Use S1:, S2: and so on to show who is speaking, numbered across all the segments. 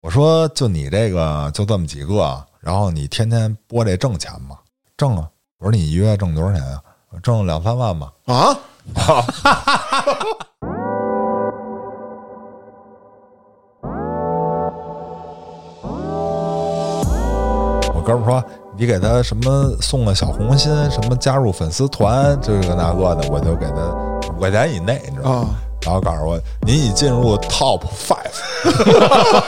S1: 我说就你这个就这么几个，然后你天天播这挣钱吗？挣啊！我说你一月挣多少钱啊？挣两三万吧。
S2: 啊，
S1: 我哥们说你给他什么送个小红心，什么加入粉丝团，这个那个的，我就给他五块钱以内，你知道吗？
S2: 啊
S1: 然后告诉我您已进入 top five，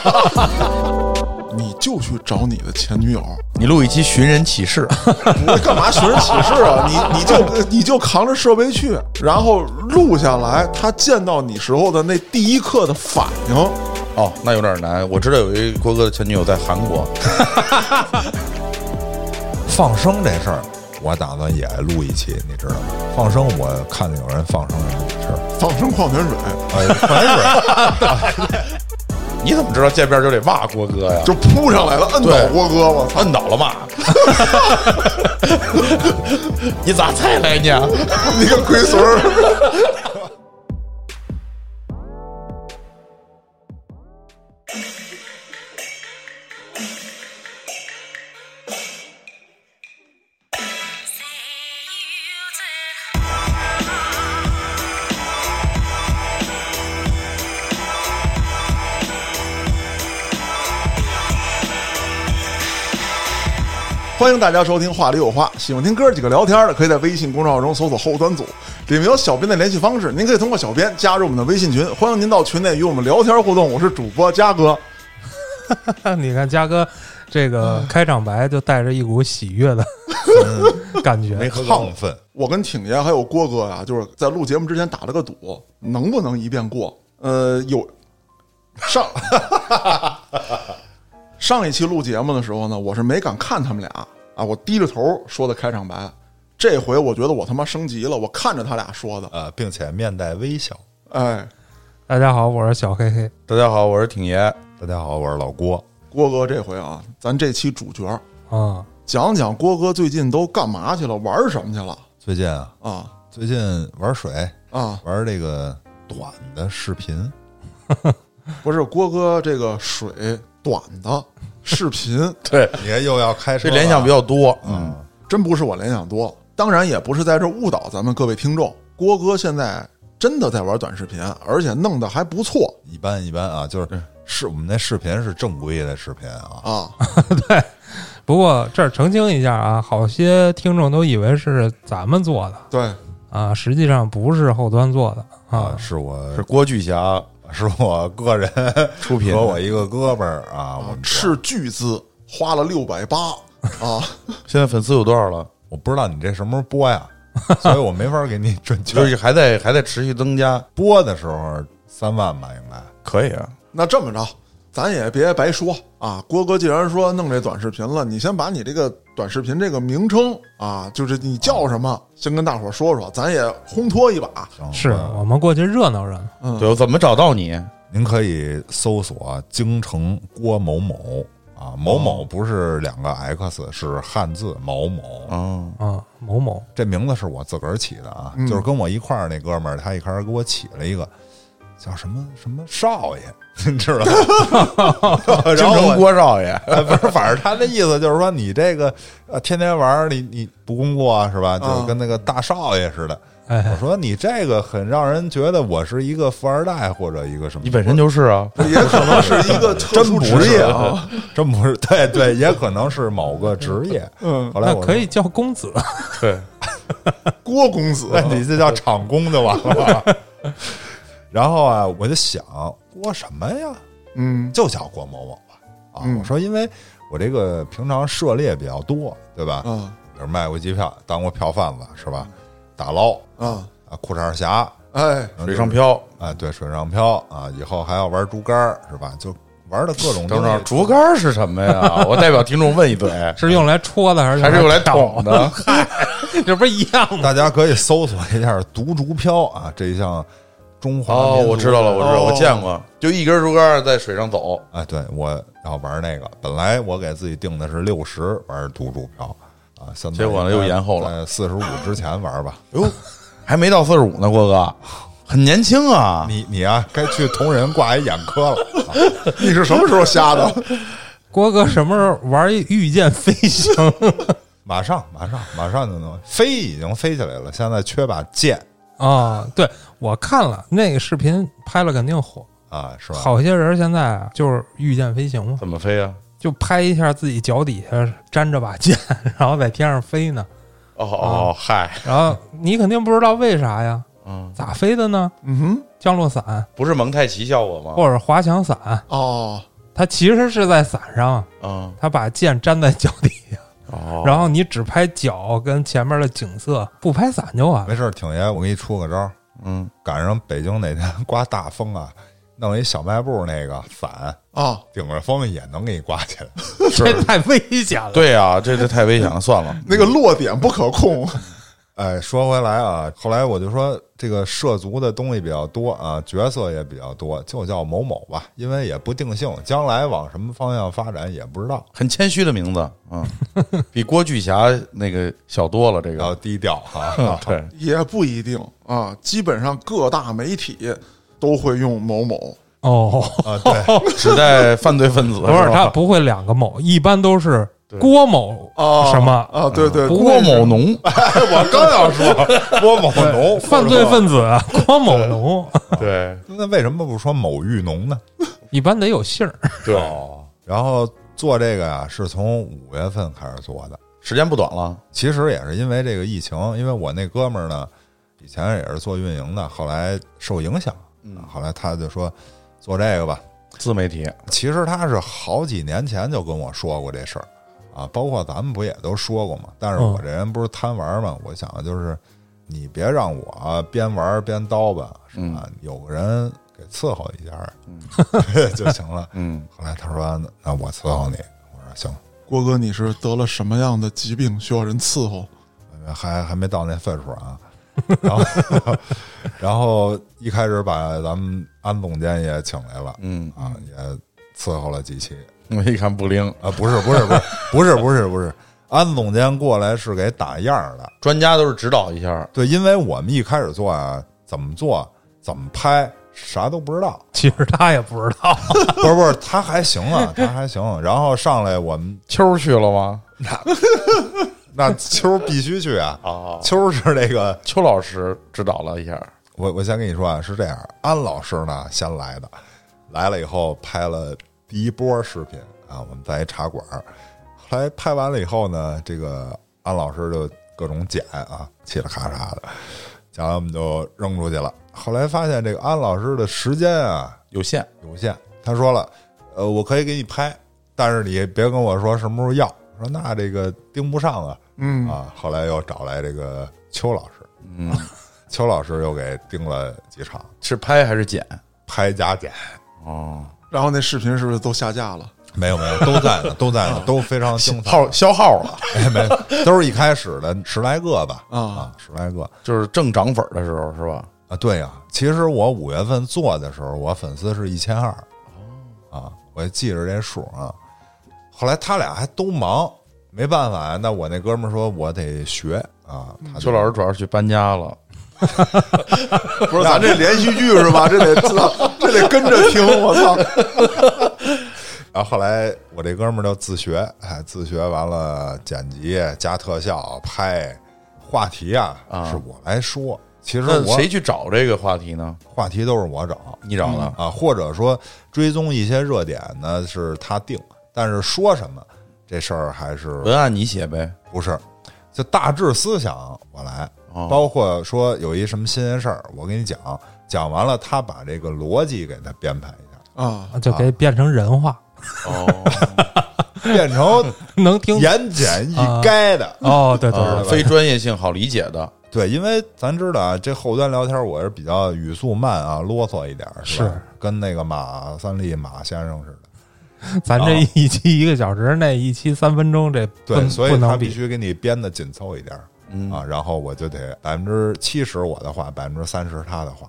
S2: 你就去找你的前 女友，
S3: 你录一期寻人启 事，
S2: 不是干嘛寻人启事啊？你你就你就扛着设备去，然后录下来他见到你时候的那第一刻的反应。
S3: 哦，那有点难。我知道有一郭哥的前女友在韩 国，
S1: 放生这事儿，我打算也录一期，你知道吗？放生，我看见有人放生这事儿，
S2: 放生矿泉水
S1: 哎，反正是。
S3: 你怎么知道见面就得骂郭哥呀？
S2: 就扑上来了，摁倒
S3: 对
S2: 郭哥，我操！
S3: 摁倒了 骂，你咋才来呢？
S2: 你个龟孙儿！欢迎大家收听《话里有话》，喜欢听哥几个聊天的，可以在微信公众号中搜索“后端组”，里面有小编的联系方式，您可以通过小编加入我们的微信群，欢迎您到群内与我们聊天互动。我是主播嘉哥，
S4: 啊你看嘉哥这
S1: 嗯
S4: 个开场白就带着一股喜悦的
S1: 嗯
S4: 感觉，
S1: 亢奋，
S2: 我跟挺爷还有郭哥呀、就是在录节目之前打了个赌，能不能一遍过？呃，有上 上一期录节目的时候呢，我是没敢看他们俩啊，我低着头说的开场白。这回我觉得我他妈升级了，我看着他俩说的，
S1: 呃，并且面带微笑。
S2: 哎，
S4: 大家好，我是小黑黑，
S3: 大家好，我是挺爷。
S1: 大家好，我是老郭。
S2: 郭哥这回啊，咱这期主角
S4: 啊、
S2: 讲讲郭哥最近都干嘛去了，玩什么去了
S1: 最近啊，
S2: 啊
S1: 最近玩水，
S2: 啊！
S1: 玩这个短的视频，
S2: 不是郭哥这个水短的视频，
S3: 对，
S1: 你看又要开始
S3: 这联想比较多。嗯，
S1: 嗯，
S2: 真不是我联想多，当然也不是在这误导咱们各位听众。郭哥现在真的在玩短视频，而且弄得还不错
S1: 一般一般啊，就是是我们那视频是正规的视频啊，
S2: 啊。
S4: 不过这儿澄清一下啊，好些听众都以为是咱们做的
S2: 对，
S4: 啊，实际上不是后端做的啊
S1: 啊，。是我
S3: 嗯是郭巨侠
S1: 是我个人
S3: 出品的
S1: 和我一个哥们儿啊，我们
S2: 斥巨资花了六百八啊，
S3: 现在粉丝有多少了？
S1: 我不知道你这什么时候播 呀，所以我没法给你准
S3: 就
S1: 确。
S3: 是还在还在持续增加，
S1: 播的时候三万吧，应该
S3: 可以啊。
S2: 那这么着，咱也别白说啊。郭哥既然说弄这短视频了，你先把你这个短视频这个名称啊，就是你叫什么，先跟大伙儿说说，咱也烘托一把。
S1: 行
S4: 是
S1: 嗯
S4: 我们过去热闹热闹，
S3: 对，我怎么找到你？
S1: 您可以搜索京城郭某某啊，某
S3: 哦
S1: 某不是两个 X，是汉字某某。
S3: 哦，
S1: 嗯
S3: 嗯
S4: 啊，某某
S1: 这名字是我自个儿起的啊，就是跟我一块儿那哥们儿，他一开始给我起了一个叫什么什么少爷， 你知 道吗？
S3: 京
S1: 然后
S3: 城
S1: 我
S3: 郭少爷，
S1: 哎 不是，反正他的意思就是说你这个呃天天玩儿，你你不工作是
S3: 嗯
S1: 吧？就
S2: 啊
S1: 跟那个大少爷似的。我
S4: 哎，
S1: 说你这个很让人觉得我是一个富二代或者一个什么，
S3: 你本身就是啊。
S2: 也可能是一个 特
S1: 真
S2: 殊
S1: 不
S2: 职
S1: 是
S2: 业啊，，
S1: 真不是，对对，也可能是某个职业。
S2: 嗯，
S1: 后来
S4: 那
S1: 我
S4: 可以叫公子，
S3: 对，
S2: 郭公子
S1: 说，那你这叫厂工就完了 吧。然后啊，我就想郭什么呀，
S2: 嗯
S1: 就叫郭某某吧。啊，
S2: 嗯
S1: 我说因为我这个平常涉猎比较多，对吧？
S2: 啊
S1: 比如卖过机票，当过票贩子是吧？打捞
S2: 啊，
S1: 啊，裤衩侠，
S2: 哎，
S3: 水上漂，
S1: 啊，对，水上漂啊，以后还要玩竹竿儿是吧？就玩的各种
S3: 等
S1: 东
S3: 等，
S1: 西。
S3: 竹竿是什么呀？我代表听众问一嘴，
S4: 是用来戳的还是
S3: 还是用
S4: 用
S3: 来捅的？
S4: 来？这不是一样 吗？
S1: 大家可以搜索一下“独竹漂”啊，这一项中华
S3: 哦，
S1: 民族
S3: 我知道了，我知道，我
S2: 哦
S3: 见过，就一根竹竿在水上走，
S1: 啊，对我要玩那个，本来我给自己定的是六十玩独柱票啊，现在
S3: 结果呢又延后了，
S1: 四十五之前玩吧。
S3: 哟，还没到四十五呢，郭哥，
S5: 很年轻啊，
S1: 你你啊，该去同仁挂一眼科了。 啊
S2: 你是什么时候瞎的？
S4: 郭哥什么时候玩一御剑飞行？
S1: 马上，马上，马上就能飞，已经飞起来了。现在缺把剑
S4: 啊，对我看了那个视频，拍了肯定火。
S1: 啊，是吧？
S4: 好些人现在啊，就是御剑飞行嘛，
S5: 怎么飞啊？
S4: 就拍一下自己脚底下粘着把剑， 然后在天上飞呢。
S5: 哦哦，嗨，
S4: 然后你肯定不知道为啥呀？
S5: 嗯，哦
S4: 咋飞的呢？
S2: 嗯哼，
S4: 降落伞
S5: 不是蒙太奇效果吗？
S4: 或者滑翔伞，
S2: 哦，
S4: 它其实是在伞上，
S5: 嗯，
S4: 它把剑粘在脚底下，
S5: 哦，
S4: 然后你只拍脚跟前面的景色，不拍伞就完了。
S1: 没事儿，挺爷，我给你出个招儿，
S5: 嗯，
S1: 赶上北京哪天刮大风啊，弄一小卖部那个伞，
S2: 哦，
S1: 顶着风也能给你刮起来。
S4: 这太危险了。
S5: 对啊，这这太危险了，算了，
S2: 那个落点不可控。
S1: 哎，说回来啊，后来我就说这个涉足的东西比较多啊，角色也比较多，就叫某某吧，因为也不定性，将来往什么方向发展也不知道，
S5: 很谦虚的名字， 嗯，比郭巨侠那个小多了，这
S1: 比较
S5: 个，
S1: 低调啊哈、
S5: 哦 对，
S2: 也不一定啊，基本上各大媒体都会用某某。
S4: 哦，
S1: 啊，对，
S5: 指代犯罪分子，
S4: 不
S5: 吧
S4: 是，他不会两个某，一般都是郭某
S2: 哦
S4: 什么嗯
S2: 啊？对对，
S4: 不
S5: 郭
S4: 会
S5: 某农，哎
S1: 我刚要说郭某农
S4: 犯罪分子郭某农，
S5: 对
S1: 那为什么不说某玉农呢？
S4: 一般得有姓儿。
S5: 对，
S1: 然后做这个呀、是从五月份开始做的，
S5: 时间不短了，
S1: 其实也是因为这个疫情，因为我那哥们儿呢，以前也是做运营的，后来受影响，后来他就说做这个吧。
S5: 自媒体，
S1: 其实他是好几年前就跟我说过这事儿啊，包括咱们不也都说过嘛。但是
S4: 嗯
S1: 我这人不是贪玩嘛，我想的就是你别让我边玩边叨吧，是吧？有个人给伺候一下儿、 就行了。
S5: 嗯嗯，
S1: 后来他说：“那我伺候你。”我说：“行。
S2: 郭哥，你是得了什么样的疾病需要人伺候？”
S1: 还还没到那岁数 啊。然后，然后一开始把咱们安总监也请来了，
S5: 嗯
S1: 啊，也伺候了几期，
S5: 我一看不灵，
S1: 啊，不是不是不是不是不是不是，安总监过来是给打样儿的。
S5: 专家都是指导一下，
S1: 对，因为我们一开始做啊，怎么做、怎么拍，啥都不知道。
S4: 其实他也不知道，
S1: 不是不是，他还行啊，他还行。然后上来我们
S5: 秋儿去了吗？
S1: 那秋儿必须去啊，
S5: 啊，
S1: 秋儿是那个
S5: 邱老师指导了一下，
S1: 我我先跟你说啊，是这样，安老师呢先来的，来了以后拍了第一波视频啊，我们在一茶馆儿，后来拍完了以后呢，这个安老师就各种剪啊，嘁哩咔嚓的，讲完我们就扔出去了。后来发现这个安老师的时间啊
S5: 有限，
S1: 有限，他说了，呃，我可以给你拍，但是你别跟我说什么时候要，我说那这个盯不上啊，
S2: 嗯
S1: 啊，后来又找来这个邱老师，
S5: 嗯，
S1: 邱老师又给盯了几场。
S5: 是拍还是剪？
S1: 拍加减，
S5: 哦，
S2: 然后那视频是不是都下架了？
S1: 没有没有，都在呢，都在呢，都非常精 彩，哎
S5: 号消耗了，
S1: 都是一开始的十来个吧，啊，十来个
S5: 就是正涨粉的时候是吧？
S1: 啊，对呀、其实我五月份做的时候，我粉丝是一千二，啊，我记着这数啊。后来他俩还都忙，没办法，那我那哥们儿说我得学啊，他就
S5: 邱老师主要是去搬家了，
S2: 不是，咱这连续剧是吧？这得知道，这得跟着听。我操！
S1: 然后后来我这哥们儿就自学，哎，自学完了剪辑加特效拍，话题啊是我来说，其实
S5: 那
S1: 我
S5: 谁去找这个话题呢？
S1: 话题都是我找，
S5: 你找的？
S1: 啊，或者说追踪一些热点呢是他定，但是说什么这事儿还是
S5: 文案你写呗。
S1: 不是，就大致思想我来，
S5: 哦
S1: 包括说有一什么新鲜事儿，我给你讲，讲完了他把这个逻辑给他编排一 下，
S2: 啊，
S4: 就给变成人话，
S5: 哦，
S1: 变成
S4: 能听
S1: 言简意赅的。
S4: 哦，对对
S5: 啊
S4: 对
S5: 非专业性好理解的，
S1: 对，因为咱知道啊，这后端聊天我是比较语速慢啊，啰嗦一点儿，是吧
S4: 是
S1: 跟那个马三立马先生似的。
S4: 对，咱这一期一个小时内，一期三分钟，这不
S1: 对，所以
S4: 不
S1: 他
S4: 能
S1: 必
S4: 比。
S1: 须给你编的紧凑一点儿、啊，然后我就得百分之七十我的话，百分之三十他的话，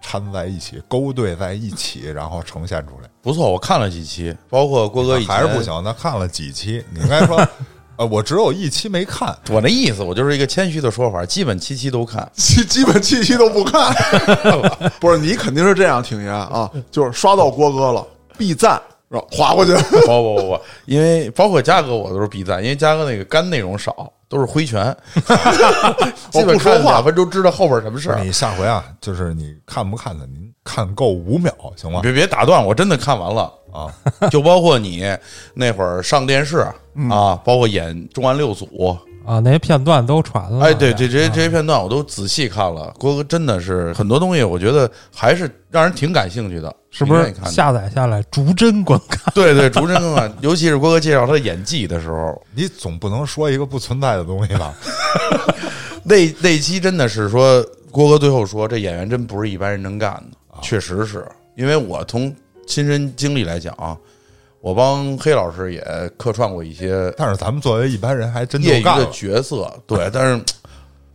S1: 掺在一起，勾兑在一起，然后呈现出来。啊
S5: 不错。我看了几期，包括郭哥以前
S1: 还是不行，他看了几期，你应该说呃，我只有一期没看，
S5: 我那意思，我就是一个谦虚的说法，基本七期都看。
S2: 基基本七期都不看。 不是你肯定是这样，挺爷啊，就是刷到郭哥了，必赞，然后划过去。
S5: 不不不不，因为包括嘉哥我都是 B 站，因为嘉哥那个干内容少，都是挥拳，基本
S2: 不说
S5: 看
S2: 话
S5: 两分钟知道后边什么事儿。
S1: 你下回啊，就是你看不看的，您看够五秒行
S4: 啊
S1: 吗？
S5: 别别打断，我真的看完了啊！就包括你那会儿上电视
S4: 嗯
S5: 啊，包括演《重案六组》，
S4: 啊，那些片段都传了。
S5: 哎，对，这
S4: 啊
S5: 这些这些片段我都仔细看了。郭哥真的是很多东西，我觉得还是让人挺感兴趣的，
S4: 是不
S5: 挺愿
S4: 是
S5: 意看的
S4: 下载下来逐帧观看？
S5: 对对，逐帧更换，尤其是郭哥介绍他演技的时候，
S1: 你总不能说一个不存在的东西吧？
S5: 那那期真的是说，郭哥最后说，这演员真不是一般人能干
S4: 啊
S5: 的，确实是因为我从亲身经历来讲啊，我帮黑老师也客串过一些
S1: 但是咱们作为一般人，还真就
S5: 业余
S1: 干
S5: 的
S1: 了。
S5: 角色， 对，但是。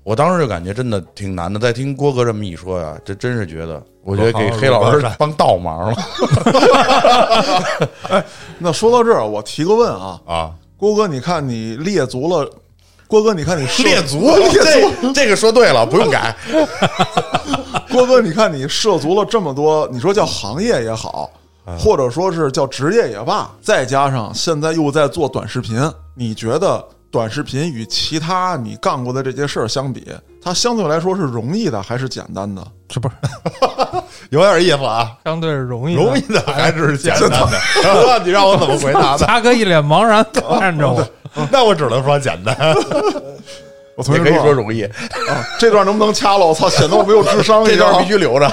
S5: 我当时就感觉真的挺难的，再听郭哥这么一说呀，这真是觉得，我觉得给黑老师帮倒忙了。
S2: 那说到这儿，我提个问啊，
S1: 啊，
S2: 郭哥，你看你列足了，郭哥，你看你涉
S5: 猎足，
S2: 列足，
S5: 这这个说对了，不用 改。
S2: 郭哥，你看你涉足了这么多，你说叫行业也好，
S5: 嗯
S2: 或者说是叫职业也罢，再加上现在又在做短视频，你觉得短视频与其他你干过的这些事儿相比，它相对来说是容易的还是简单的？
S4: 是不是
S1: 有点意思啊，
S4: 相对容易的？
S1: 容易的还是简单的？你让我怎么回 答呢？
S4: 嘉哥一脸茫然看着我，
S1: 那我只能说简单。
S2: 我重
S5: 也
S2: 新
S5: 可以说
S2: 说
S5: 容易，
S2: 啊，这段能不能掐了？我操，显得我没有智商一
S5: 这
S2: 样
S5: 段
S2: 啊。
S5: 必须留着。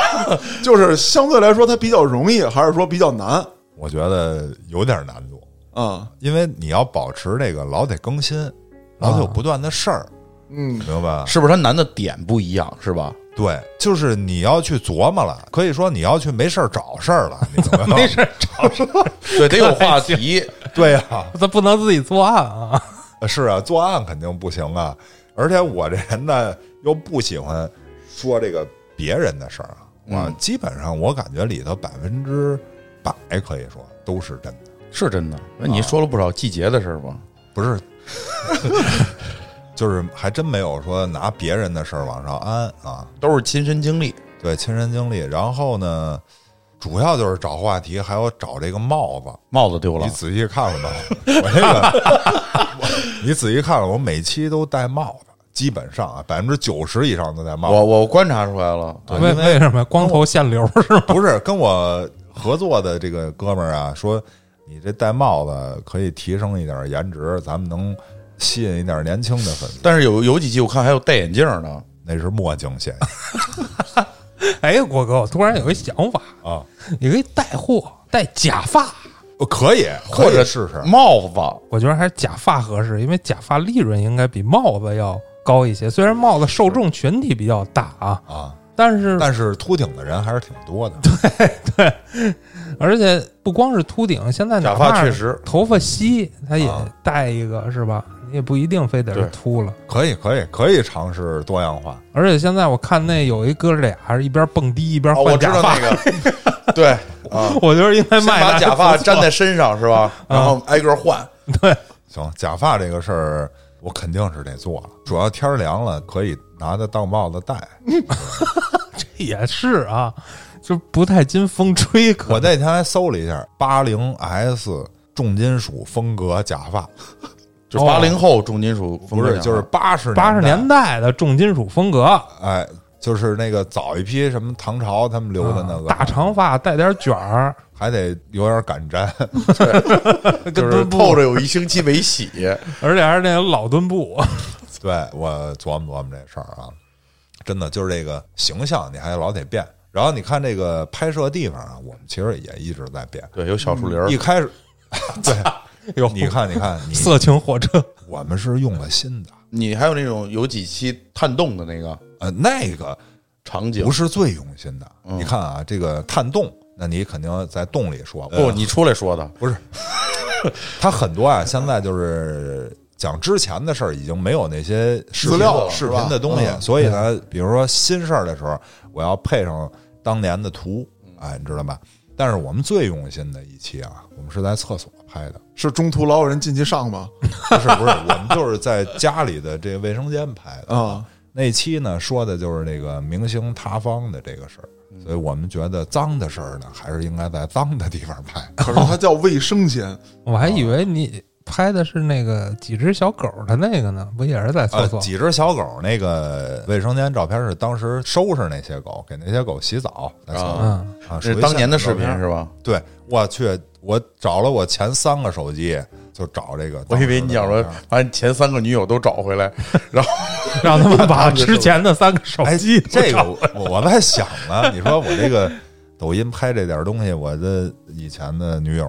S2: 就是相对来说，它比较容易，还是说比较难？
S1: 我觉得有点难度，
S2: 啊，
S1: 因为你要保持这个老得更新，
S4: 啊
S1: 老得有不断的事儿，
S2: 嗯，
S1: 明白吧？
S5: 是不是他难的点不一样，是吧？
S1: 对，就是你要去琢磨了，可以说你要去没事儿找事儿 了，你明白吗？
S4: 没事儿，
S5: 对，得有话题。
S1: 对呀、
S4: 咱不能自己作案啊！
S1: 是啊，作案肯定不行啊，而且我这人呢又不喜欢说这个别人的事儿啊，我、
S5: 嗯
S1: 基本上我感觉里头百分之百可以说都是真的，
S5: 是真的。那你说了不少季节的事儿吧？
S1: 不 是，就是还真没有说拿别人的事儿往上安啊，
S5: 都是亲身经历。
S1: 对，亲身经历，然后呢。主要就是找话题，还有找这个帽子，
S5: 帽子丢了
S1: 你，仔细看了吧，我这个，你仔细看了，我每期都戴帽子，基本上啊，百分之九十以上都戴帽子
S5: 我。我观察出来了。对
S4: 为为什么呀光头限流是吗？
S1: 不是跟我合作的这个哥们儿啊，说你这戴帽子可以提升一点颜值，咱们能吸引一点年轻的粉丝。
S5: 但是有有几集我看还有戴眼镜的，
S1: 那是墨镜现
S4: 哎，郭哥，我突然有一想法，
S1: 象啊，
S4: 你可以带货，带假发。
S1: 呃可以，可以
S5: 或者
S1: 试试。
S5: 帽子。
S4: 我觉得还是假发合适，因为假发利润应该比帽子要高一些。虽然帽子受众群体比较大啊，
S1: 啊，
S4: 但是
S1: 但是秃顶的人还是挺多的。
S4: 而且不光是秃顶，现在哪
S5: 假发
S4: 怕
S5: 确实
S4: 头发稀，它也
S1: 啊
S4: 戴一个、是吧？你也不一定非得是
S5: 对
S4: 秃了。
S1: 可以，可以，可以尝试多样化。
S4: 而且现在我看那有一哥俩是一边蹦迪一边
S5: 哦，我
S4: 换
S5: 知
S4: 假
S5: 道
S4: 发，
S5: 那个，对啊，
S4: 我觉得应 该
S5: 先
S4: 卖
S5: 把
S4: 的
S5: 假发粘在身上是吧？然后挨个换。
S1: 行，假发这个事儿，我肯定是得做了。主要天儿凉了，可以拿它当帽子 戴。
S4: 也是啊，就不太经风吹可
S1: 我那天还搜了一下，八零 S 重金属风格假发，
S5: 就
S4: 哦
S5: 八零后重金属风
S1: 不
S5: 格啊
S1: 是
S5: 讲话，
S1: 就是八十
S4: 八十年
S1: 代，
S4: 代的重金属风格，
S1: 哎，就是那个早一批什么唐朝他们留的那个，
S4: 啊大长发带点卷儿，
S1: 还得有点敢沾，
S5: 就是透着有一星期没 洗，
S4: 而且还是那个老墩布，
S1: 对我琢磨琢磨这事儿啊，真的就是这个形象你还老得变。然后你看这个拍摄地方啊，我们其实也一直在变。
S5: 对，有小树林儿
S1: 一。开始， 对，
S4: 哟
S1: 你看，你看，你
S4: 色情火车，
S1: 我们是用了新的，
S5: 你还有那种有几期探洞的那个
S1: 呃，那个
S5: 场景
S1: 不，是最用心的。
S2: 嗯
S1: 你看啊，这个探洞，那你肯定在洞里说，
S2: 嗯
S1: 哦
S5: 不，你出来说的，
S1: 不是， 他很多啊，现在就是讲之前的事儿，已经没有那些视频
S2: 资料了
S1: 视
S2: 是吧嗯
S1: 频的东西，所以
S2: 嗯
S1: 呢，比如说新事儿的时候，我要配上当年的图，哎，你知道吧？但是我们最用心的一期啊，我们是在厕所拍的，
S2: 是中途老有人进去上吗？
S1: 不是不是，我们就是在家里的这个卫生间拍的。
S2: 啊，
S1: 那期呢说的就是这个明星塌方的这个事儿，
S5: 嗯
S1: 所以我们觉得脏的事儿呢，还是应该在脏的地方拍。
S2: 可是它叫卫生间，
S4: 我还以为你拍的是那个几只小狗的那个呢，不也是在厕
S1: 呃，
S4: 所？
S1: 几只小狗那个卫生间照片是当时收拾那些狗，给那些狗洗澡在厕所
S4: 嗯，
S1: 啊，属
S5: 这是
S1: 于
S5: 当年的视
S1: 现
S5: 频
S1: 场照片
S5: 是吧？
S1: 对，我去，我找了我前三个手机，就找这个。
S5: 我以为你想
S1: 当时的
S5: 说
S1: 照片，
S5: 把你前三个女友都找回来，然后
S4: 让他们把之前的三个手
S1: 哎，
S4: 机都
S1: 这个
S4: 找
S1: 我我在想呢，你说我这个抖音拍这点东西，我的以前的女友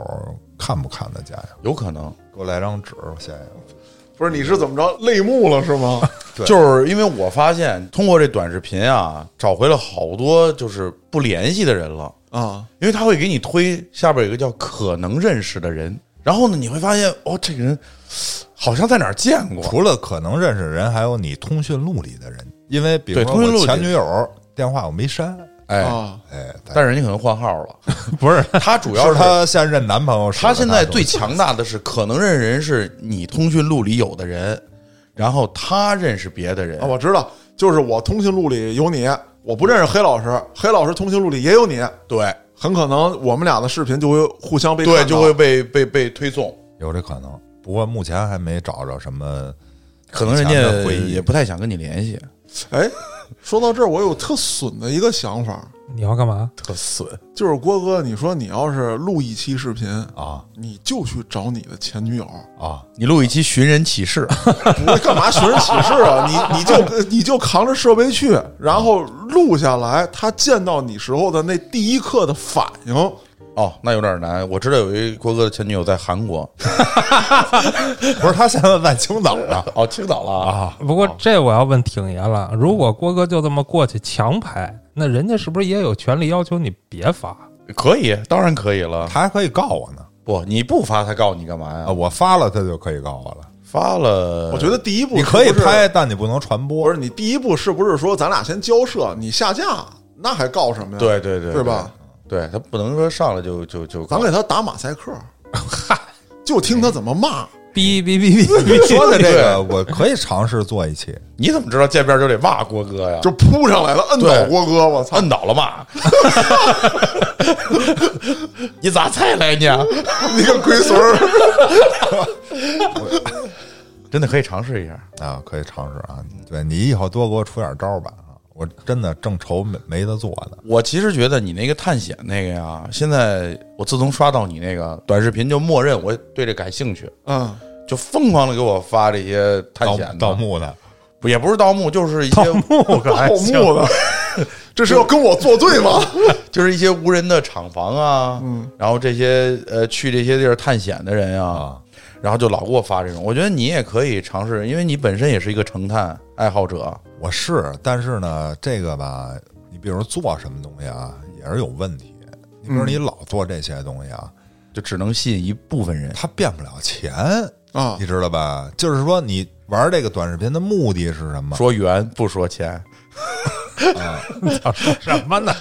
S1: 看不看得见呀？
S5: 有可能
S1: 给我来张纸，我写一个。
S2: 不是你是怎么着泪目了是吗？
S1: 对
S5: 就是因为我发现通过这短视频啊，找回了好多就是不联系的人了。
S2: 啊，
S5: 因为他会给你推下边有一个叫可能认识的人，然后呢，你会发现哦，这个人好像在哪儿见过。
S1: 除了可能认识的人，还有你通讯录里的人，因为比如
S5: 对
S1: 说
S5: 通讯录
S1: 我
S5: 里
S1: 前女友电话我没删，
S5: 哎，
S2: 啊，
S1: 哎，
S5: 但是人家可能换号了。
S4: 不是
S5: 他主
S1: 主
S5: 要
S1: 要
S5: 是
S1: 是她现任男朋友使的
S5: 他
S1: 她
S5: 现在
S1: 东
S5: 最
S1: 西
S5: 强大的是可能认识人是你通讯录里有的人，然后他认识别的人
S2: 啊，。我知道，就是我通讯录里有你，我不认识黑老师，黑老师通讯录里也有你，
S5: 对
S2: 很可能我们俩的视频就会互相被
S5: 对，
S2: 看到
S5: 就会被被被推送。
S1: 有这可能，不过目前还没找着什么。
S5: 可能人
S1: 以前的
S5: 家
S1: 回忆
S5: 也不太想跟你联系，
S2: 哎，说到这儿，我有特损的一个想法，
S4: 你要干嘛？
S5: 特损。
S2: 就是郭哥，你说你要是录一期视频，
S1: 啊
S2: 你就去找你的前 女友，
S1: 啊！
S5: 你录一期寻人启事，
S2: 不是干嘛寻人启事啊？你你就你就扛着设备去，然后录下来，他见到你时候的那第一刻的反应，
S5: 哦，那有点难。我知道有一郭哥的前女友在韩国，
S1: 不是，他现在在青岛 呢
S5: 哦，青岛了啊，
S1: 啊！
S4: 不过这我要问挺爷了，如果郭哥就这么过去强拍，那人家是不是也有权利要求你别发？
S5: 可以，当然可以了。
S1: 他还可以告我呢
S5: 不，你不发他告你干嘛
S1: 啊！
S5: 呀？
S1: 我发了，他就可以告我了。
S5: 发了，
S2: 我觉得第一步
S1: 你可以
S2: 是不是
S1: 拍，但你不能传播
S2: 不。是你第一步是不是说咱俩先交涉，你下架，那还告什么呀？
S5: 对对对，
S2: 对吧？
S5: 对？对他不能说上来就就就
S2: 咱
S5: 告，
S2: 给他打马赛克，就听他怎么骂。
S4: 哔哔哔哔
S1: 你说的这个，我可以尝试做一期。
S5: 你怎么知道见面就得骂郭哥呀？
S2: 就扑上来了，摁倒
S5: 对
S2: 郭哥，我操！
S5: 摁倒了骂， 你咋才来呢？
S2: 你个龟孙儿！
S5: 真的可以尝试一下。
S1: 啊，可以尝试啊！对你以后多给我出点招儿吧啊！我真的正愁没没得做呢。
S5: 我其实觉得你那个探险那个呀，现在我自从刷到你那个短视频，就默认我对这感兴趣，
S2: 嗯，
S5: 就疯狂的给我发这些探险的
S1: 盗，墓呢？
S5: 不也不是盗墓，就是一些
S4: 我可
S5: 哎
S2: 盗
S4: 还行
S2: 墓的，这是要跟我作对吗？
S5: 就是一些无人的厂房啊，然后这些呃去这些地儿探险的人啊，然后就老给我发这种。我觉得你也可以尝试，因为你本身也是一个成探爱好者。
S1: 我是，但是呢，这个吧，你比如做什么东西啊，也是有问题。你比如你老做这些东西啊，
S5: 就只能吸引一部 分人，
S1: 它变不了钱，
S2: 啊
S1: 你，知道吧？就是说，你玩这个短视频的目的是什么？
S5: 说缘不说钱，
S4: 什么呢？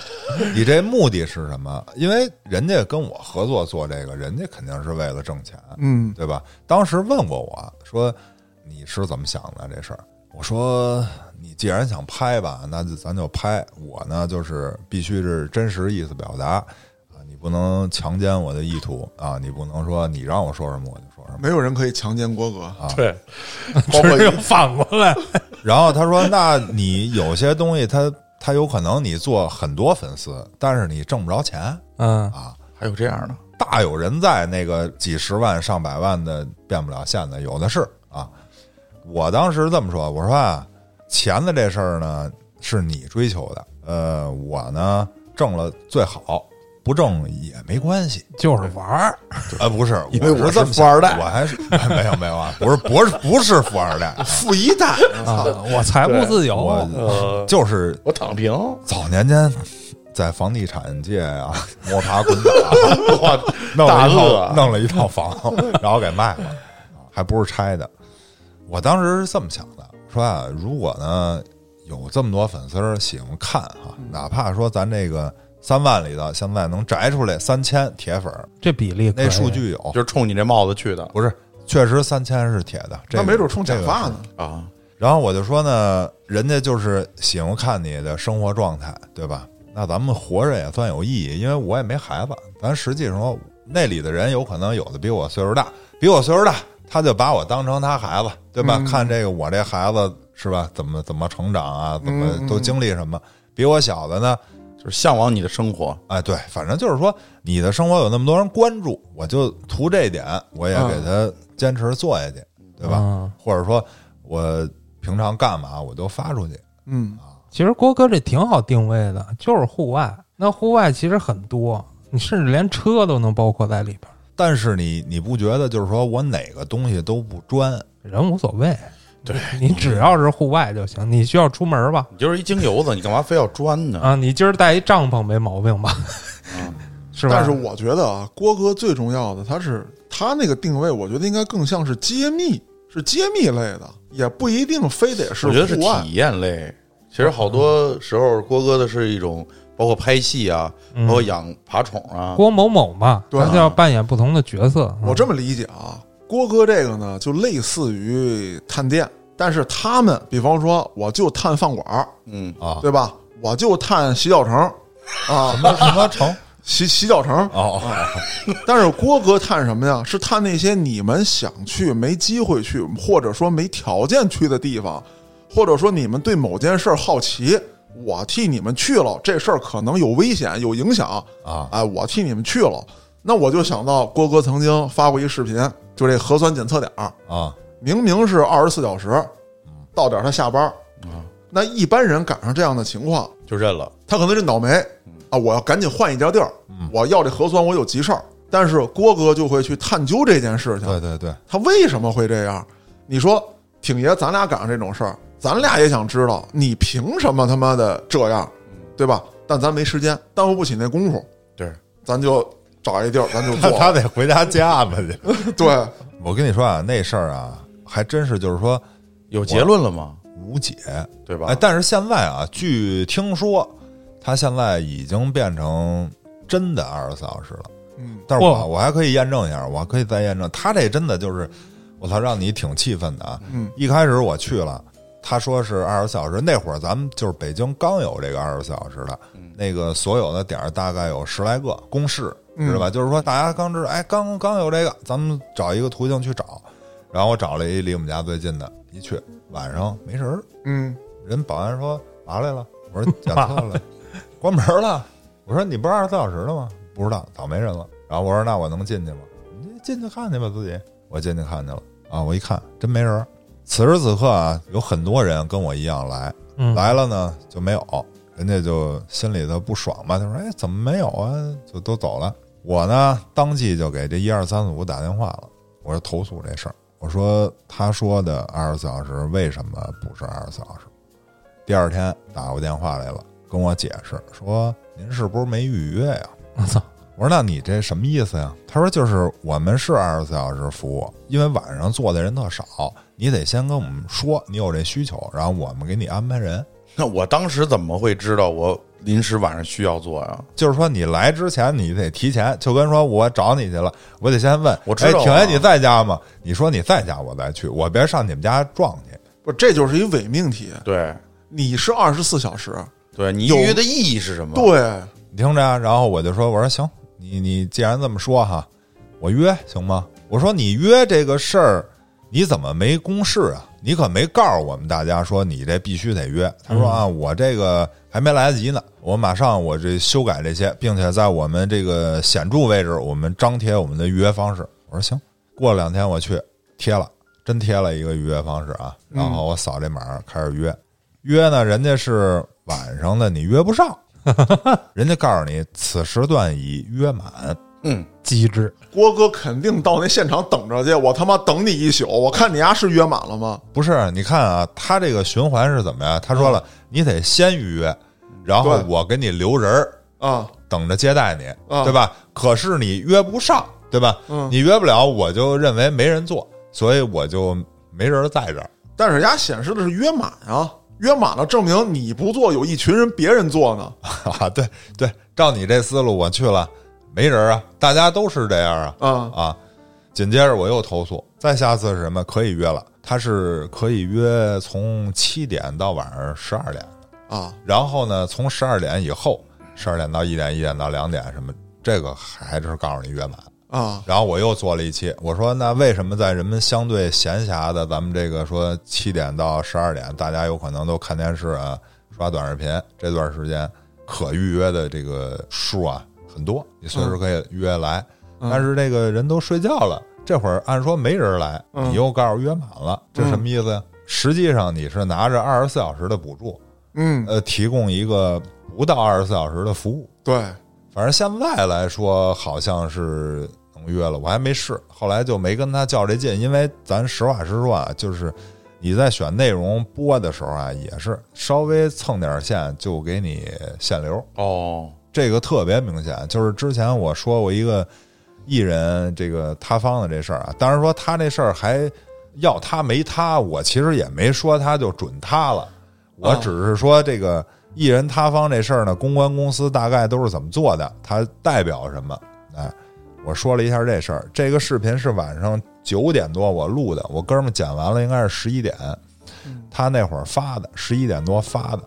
S1: 你这目的是什么？因为人家跟我合作做这个，人家肯定是为了挣钱，
S2: 嗯，
S1: 对吧？当时问过我说你是怎么想的这事儿，我说你既然想拍吧，那就咱就拍。我呢就是必须是真实意思表达啊，你不能强奸我的意图啊，你不能说你让我说什么我就说什么。
S2: 没有人可以强奸郭哥。
S4: 啊
S5: 对， 包括
S4: 只有反过来，
S1: 然后他说，那你有些东西他他有可能你做很多粉丝，但是你挣不着钱。
S4: 嗯，
S5: 还有这样的，
S1: 大有人在，那个几十万、上百万的变不了现的有的是啊。我当时这么说，我说啊，钱的这事儿呢是你追求的，呃，我呢挣了最好，不挣也没关系。
S4: 就是玩儿，
S1: 呃，不是，
S5: 因为
S1: 我是
S5: 我是
S1: 这么
S5: 富
S1: 想
S5: 二代
S1: 我还是、 哎没有没有啊，不是不是不是富二代，
S2: 富一代，
S5: 嗯
S4: 啊，我财务自由，
S1: 我
S5: 呃，
S1: 就是
S5: 我躺平，
S1: 早年间在房地产界啊摸爬滚打。
S5: 我
S1: 弄
S5: 大
S1: 了 一
S5: 鳄
S1: 套
S5: 啊，
S1: 弄了一套房，然后给卖了，啊还不是拆的。我当时是这么想的，说啊，如果呢有这么多粉丝儿喜欢看哈、哪怕说咱这个三万里的现在能摘出来三千铁粉儿，
S4: 这比例可以
S1: 那数据有，
S5: 就是冲你这帽子去的
S1: 不是确实三千是铁的，这
S2: 那
S1: 个
S2: 没准冲假发。
S1: 这个
S2: 呢。
S5: 啊。
S1: 然后我就说呢，人家就是喜欢看你的生活状态，对吧？那咱们活着也算有意义，因为我也没孩子。咱实际上说，那里的人有可能有的比我岁数大，比我岁数大，他就把我当成他孩子，对吧？看这个我这孩子是吧，怎么怎么成长啊，怎么都经历什么。比我小的呢，
S5: 就是向往你的生活，
S1: 哎，对，反正就是说，你的生活有那么多人关注，我就图这点，我也给他坚持做下去，对吧？
S4: 嗯
S1: 或者说，我平常干嘛我都发出去，
S2: 嗯，
S4: 其实郭哥这挺好定位的，就是户外。那户外其实很多，你甚至连车都能包括在里边儿，
S1: 但是你你不觉得就是说我哪个东西都不专？
S4: 人无所谓。
S5: 对
S4: 你只要是户外就行，你需要出门吧？
S5: 你就是一精油子，你干嘛非要钻呢？
S4: 啊，你今儿带一帐篷没毛病吧？是吧？
S2: 嗯但是我觉得啊，郭哥最重要的，他是他那个定位，我觉得应该更像是揭秘，是揭秘类的，也不一定非得是
S5: 我觉得是
S2: 户外
S5: 体。验类。其实好多时候，郭哥的是一种，包括拍戏啊，包括养爬虫啊，
S4: 郭某某嘛，
S2: 对啊
S4: 他就要扮演不同的角色。嗯
S2: 我这么理解啊，郭哥这个呢，就类似于探店，但是他们，比方说，我就探饭馆儿，
S5: 嗯，
S2: 对吧？我就探洗脚城，啊，
S1: 那什么成？
S2: 洗洗脚城。
S1: 哦，
S2: 但是郭哥探什么呀？是探那些你们想去没机会去，或者说没条件去的地方，或者说你们对某件事儿好奇，我替你们去了，这事儿可能有危险、有影响
S1: 啊
S2: 哎，我替你们去了。那我就想到郭哥曾经发过一视频，就这核酸检测点儿，
S1: 啊，
S2: 明明是二十四小时，到点儿他下班儿，
S1: 嗯
S2: 那一般人赶上这样的情况，
S5: 就认了。
S2: 他可能是倒霉啊，我要赶紧换一家地儿，
S1: 嗯
S2: 我要这核酸，我有急事儿。但是郭哥就会去探究这件事情，
S1: 对对对，
S2: 他为什么会这样？你说挺爷，咱俩赶上这种事儿，咱俩也想知道，你凭什么他妈的这样，
S1: 嗯
S2: 对吧？但咱没时间，耽误不起那功夫，
S5: 对，
S2: 咱就找一 地儿，咱就
S1: 他
S2: 做
S1: 他得回家架子去。
S2: 对，
S1: 我跟你说啊，那事儿啊，还真是就是说
S5: 有结论了吗？
S1: 无解，
S5: 对吧
S1: 哎，？但是现在啊，据听说，他现在已经变成真的二十四小时了。
S2: 嗯，
S1: 但是
S4: 哇
S1: 我我还可以验证一下，我还可以再验证。他这真的就是，我操，让你挺气愤的啊！
S2: 嗯，
S1: 一开始我去了，他说是二十四小时，那会儿咱们就是北京刚有这个二十四小时的，那个所有的点儿大概有十来个公示，是吧？就是说大家刚知道，哎，刚刚有这个，咱们找一个途径去找。然后我找了一离我们家最近的，一去晚上没人儿，
S2: 嗯，
S1: 人保安说拿来了，我说检测了， 关门了。我说你不是二十四小时的吗？不知道，早没人了。然后我说那我能进去吗？你进去看去吧，自己。我进去看去了啊，我一看真没人儿。此时此刻啊，有很多人跟我一样来，
S4: 嗯
S1: 来了呢就没有，人家就心里头不爽吧，他说：“哎，怎么没有啊？”就都走了。我呢，当即就给这一二三四五打电话了，我说投诉这事儿。我说他说的二十四小时为什么不是二十四小时？第二天打过电话来了，跟我解释说：“您是不是没预约呀、
S4: 我操，
S1: 我说：“那你这什么意思呀？”他说：“就是我们是二十四小时服务，因为晚上坐的人特少，你得先跟我们说你有这需求，然后我们给你安排人。”
S5: 那我当时怎么会知道我临时晚上需要做呀？
S1: 就是说你来之前你得提前，就跟说我找你去了，我得先问，
S5: 我知道啊
S1: 哎，挺爷你在家吗？你说你在家，我再去，我别上你们家撞去。
S2: 不，这就是一伪命题。
S5: 对
S2: 你是二十四小时，
S5: 对，你预
S2: 有
S5: 约的意义是什么？
S2: 对，
S1: 你听着啊，然后我就说，我说行，你你既然这么说哈，我约行吗？我说你约这个事儿，你怎么没公示啊？你可没告诉我们大家说你这必须得约。他说啊，我这个还没来得及呢，我马上我这修改这些，并且在我们这个呃显著位置，我们张贴我们的预约方式。我说行，过了两天我去贴了，真贴了一个预约方式啊，然后我扫这码儿开始约，约呢人家是晚上的，你约不上。人家告诉你此时段已约满，
S4: 机智，
S2: 郭哥肯定到那现场等着去，我他妈等你一宿，我看你丫是约满了吗？
S1: 不是？你看啊，他这个循环是怎么样？他说
S2: 啊
S1: 了，你得先预约，然后
S2: 对
S1: 我给你留人儿，
S2: 啊，
S1: 等着接待你，
S2: 啊
S1: 对吧？可是你约不上，对吧？
S2: 嗯
S1: 你约不了，我就认为没人做，所以我就没人在这儿。
S2: 但是人家显示的是约满啊，约满了，证明你不做，有一群人别人做呢。
S1: 啊，对对，照你这思路，我去了没人啊，大家都是这样啊
S2: 啊
S1: 啊。紧接着我又投诉，再下次是什么？可以约了，他是可以约从七点到晚上十二点，
S2: 啊，
S1: 然后呢，从十二点以后，十二点到一点，一点到两点什么，这个还是告诉你约满。
S2: 啊，
S1: 然后我又做了一期，我说那为什么在人们相对闲暇的咱们这个说七点到十二点，大家有可能都看电视啊、刷短视频这段时间，可预约的这个数啊很多，你随时可以约来。
S2: 嗯
S1: 但是这个人都睡觉了，这会儿按说没人来，
S2: 嗯
S1: 你又告诉约满了，这什么意思呀？实际上你是拿着二十四小时的补助，
S2: 嗯，
S1: 呃，提供一个不到二十四小时的服务。
S2: 对，
S1: 反正现在来说好像是能约了，我还没试，后来就没跟他较这劲，因为咱实话实说啊，就是你在选内容播的时候啊，也是稍微蹭点线就给你限流，
S5: 哦，
S1: 这个特别明显。就是之前我说过一个艺人这个塌方的这事儿啊，当然说他这事儿还要他没他，我其实也没说他就准他了，我
S2: 啊
S1: 只是说这个艺人塌方这事儿呢，公关公司大概都是怎么做的，它代表什么？哎，我说了一下这事儿，这个视频是晚上九点多我录的，我哥们儿剪完了应该是十一点，他那会儿发的，十一点多发的。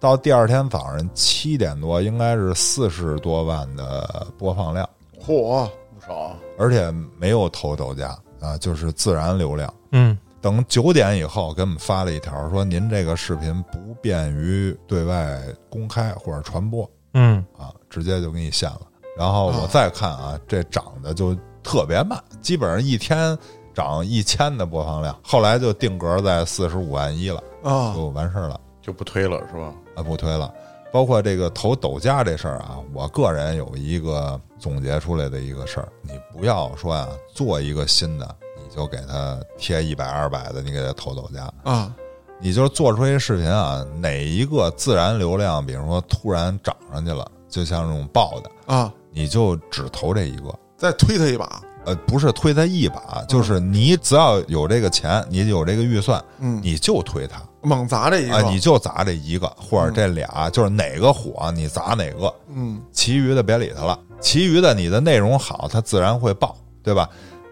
S1: 到第二天早上七点多，应该是四十多万的播放量，
S2: 嚯，
S5: 不少，啊
S1: 而且没有投抖加啊，就是自然流量。
S4: 嗯，
S1: 等九点以后给我们发了一条，说您这个视频不便于对外公开或者传播
S4: 嗯，
S1: 啊，直接就给你限了。然后我
S2: 哦
S1: 再看啊，这涨的就特别慢，基本上一天涨一千的播放量，后来就定格在四十五万一了，
S2: 啊，
S1: 就哦完事儿了。
S5: 就不推了是吧？
S1: 啊，不推了。包括这个投抖加这事儿啊，我个人有一个总结出来的一个事儿，你不要说啊，做一个新的，你就给它贴一百二百的，你给它投抖加，
S2: 啊，
S1: 你就做出一视频啊，哪一个自然流量，比如说突然涨上去了，就像这种爆的，
S2: 啊，
S1: 你就只投这一个。
S2: 再推他一把，
S1: 呃，不是推它一把，就是你只要有这个钱，你有这个预算，
S2: 嗯，
S1: 你就推它。
S2: 猛砸这一
S1: 啊
S2: 个，，
S1: 你就砸这一个或者这俩，就是哪个火你砸哪个，
S2: 嗯
S1: 其余的别理它了。其余的你的内容好，它自然会爆，对吧？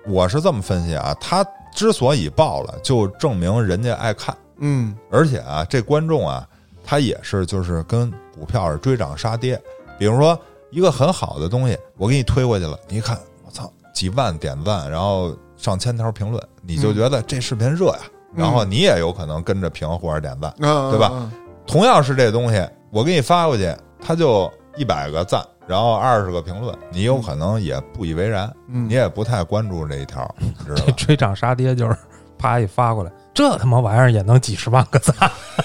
S1: 我是这么分析啊，它之所以爆了，就证明人家爱看，
S2: 嗯
S1: 而且啊，这观众啊，他也是就是跟股票是追涨杀跌。比如说一个很好的东西，我给你推过去了，你一看，我操，几万点赞，然后上千条评论，你就觉得这视频热呀、然后你也有可能跟着评或者点赞。
S2: 啊，
S1: 对吧
S2: 啊？
S1: 同样是这东西，我给你发过去，它就一百个赞，然后二十个评论，你有可能也不以为然，
S2: 嗯
S1: 你也不太关注这一条，知道
S4: 这
S2: 啊
S1: 吧？
S4: 追涨杀跌就是啪一发过来，这他妈玩意儿也能几十万个赞，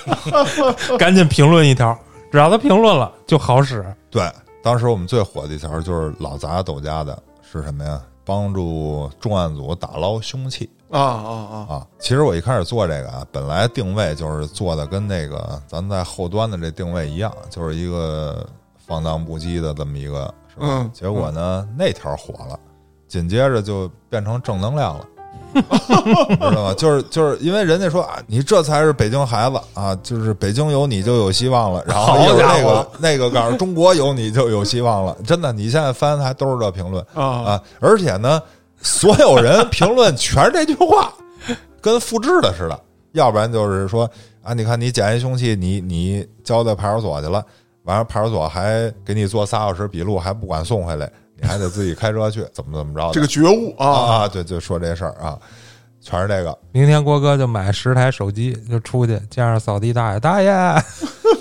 S4: 赶紧评论一条，只要他评论了就好使。
S1: 对，当时我们最火的一条就是老砸抖家的是什么呀？帮助重案组打捞凶器
S2: 啊啊啊，
S1: 啊！其实我一开始做这个啊，本来定位就是做的跟那个咱在后端的这定位一样，就是一个放荡不羁的这么一个，是吧？
S2: 嗯
S1: 结果呢，那条火了，紧接着就变成正能量了。 你知道吗？就是就是因为人家说啊，你这才是北京孩子啊，就是北京有你就有希望了。然后
S4: 好
S1: 又有
S4: 家
S1: 那
S4: 伙
S1: 个那个告诉中国有你就有希望了，真的，你现在翻还都是这评论
S2: 啊
S1: 啊，而且呢，所有人评论全是这句话， 跟复制的似的。要不然就是说啊，你看你捡一凶器，你你交到派出所去了，完了派出所还给你做仨小时笔录，还不管送回来，你还得自己开车去，怎么怎么着的。
S2: 这个觉悟啊，
S1: 啊，对，就说这事儿啊，全是这个。
S4: 明天郭哥就买十台手机，就出去见着扫地大爷，大爷，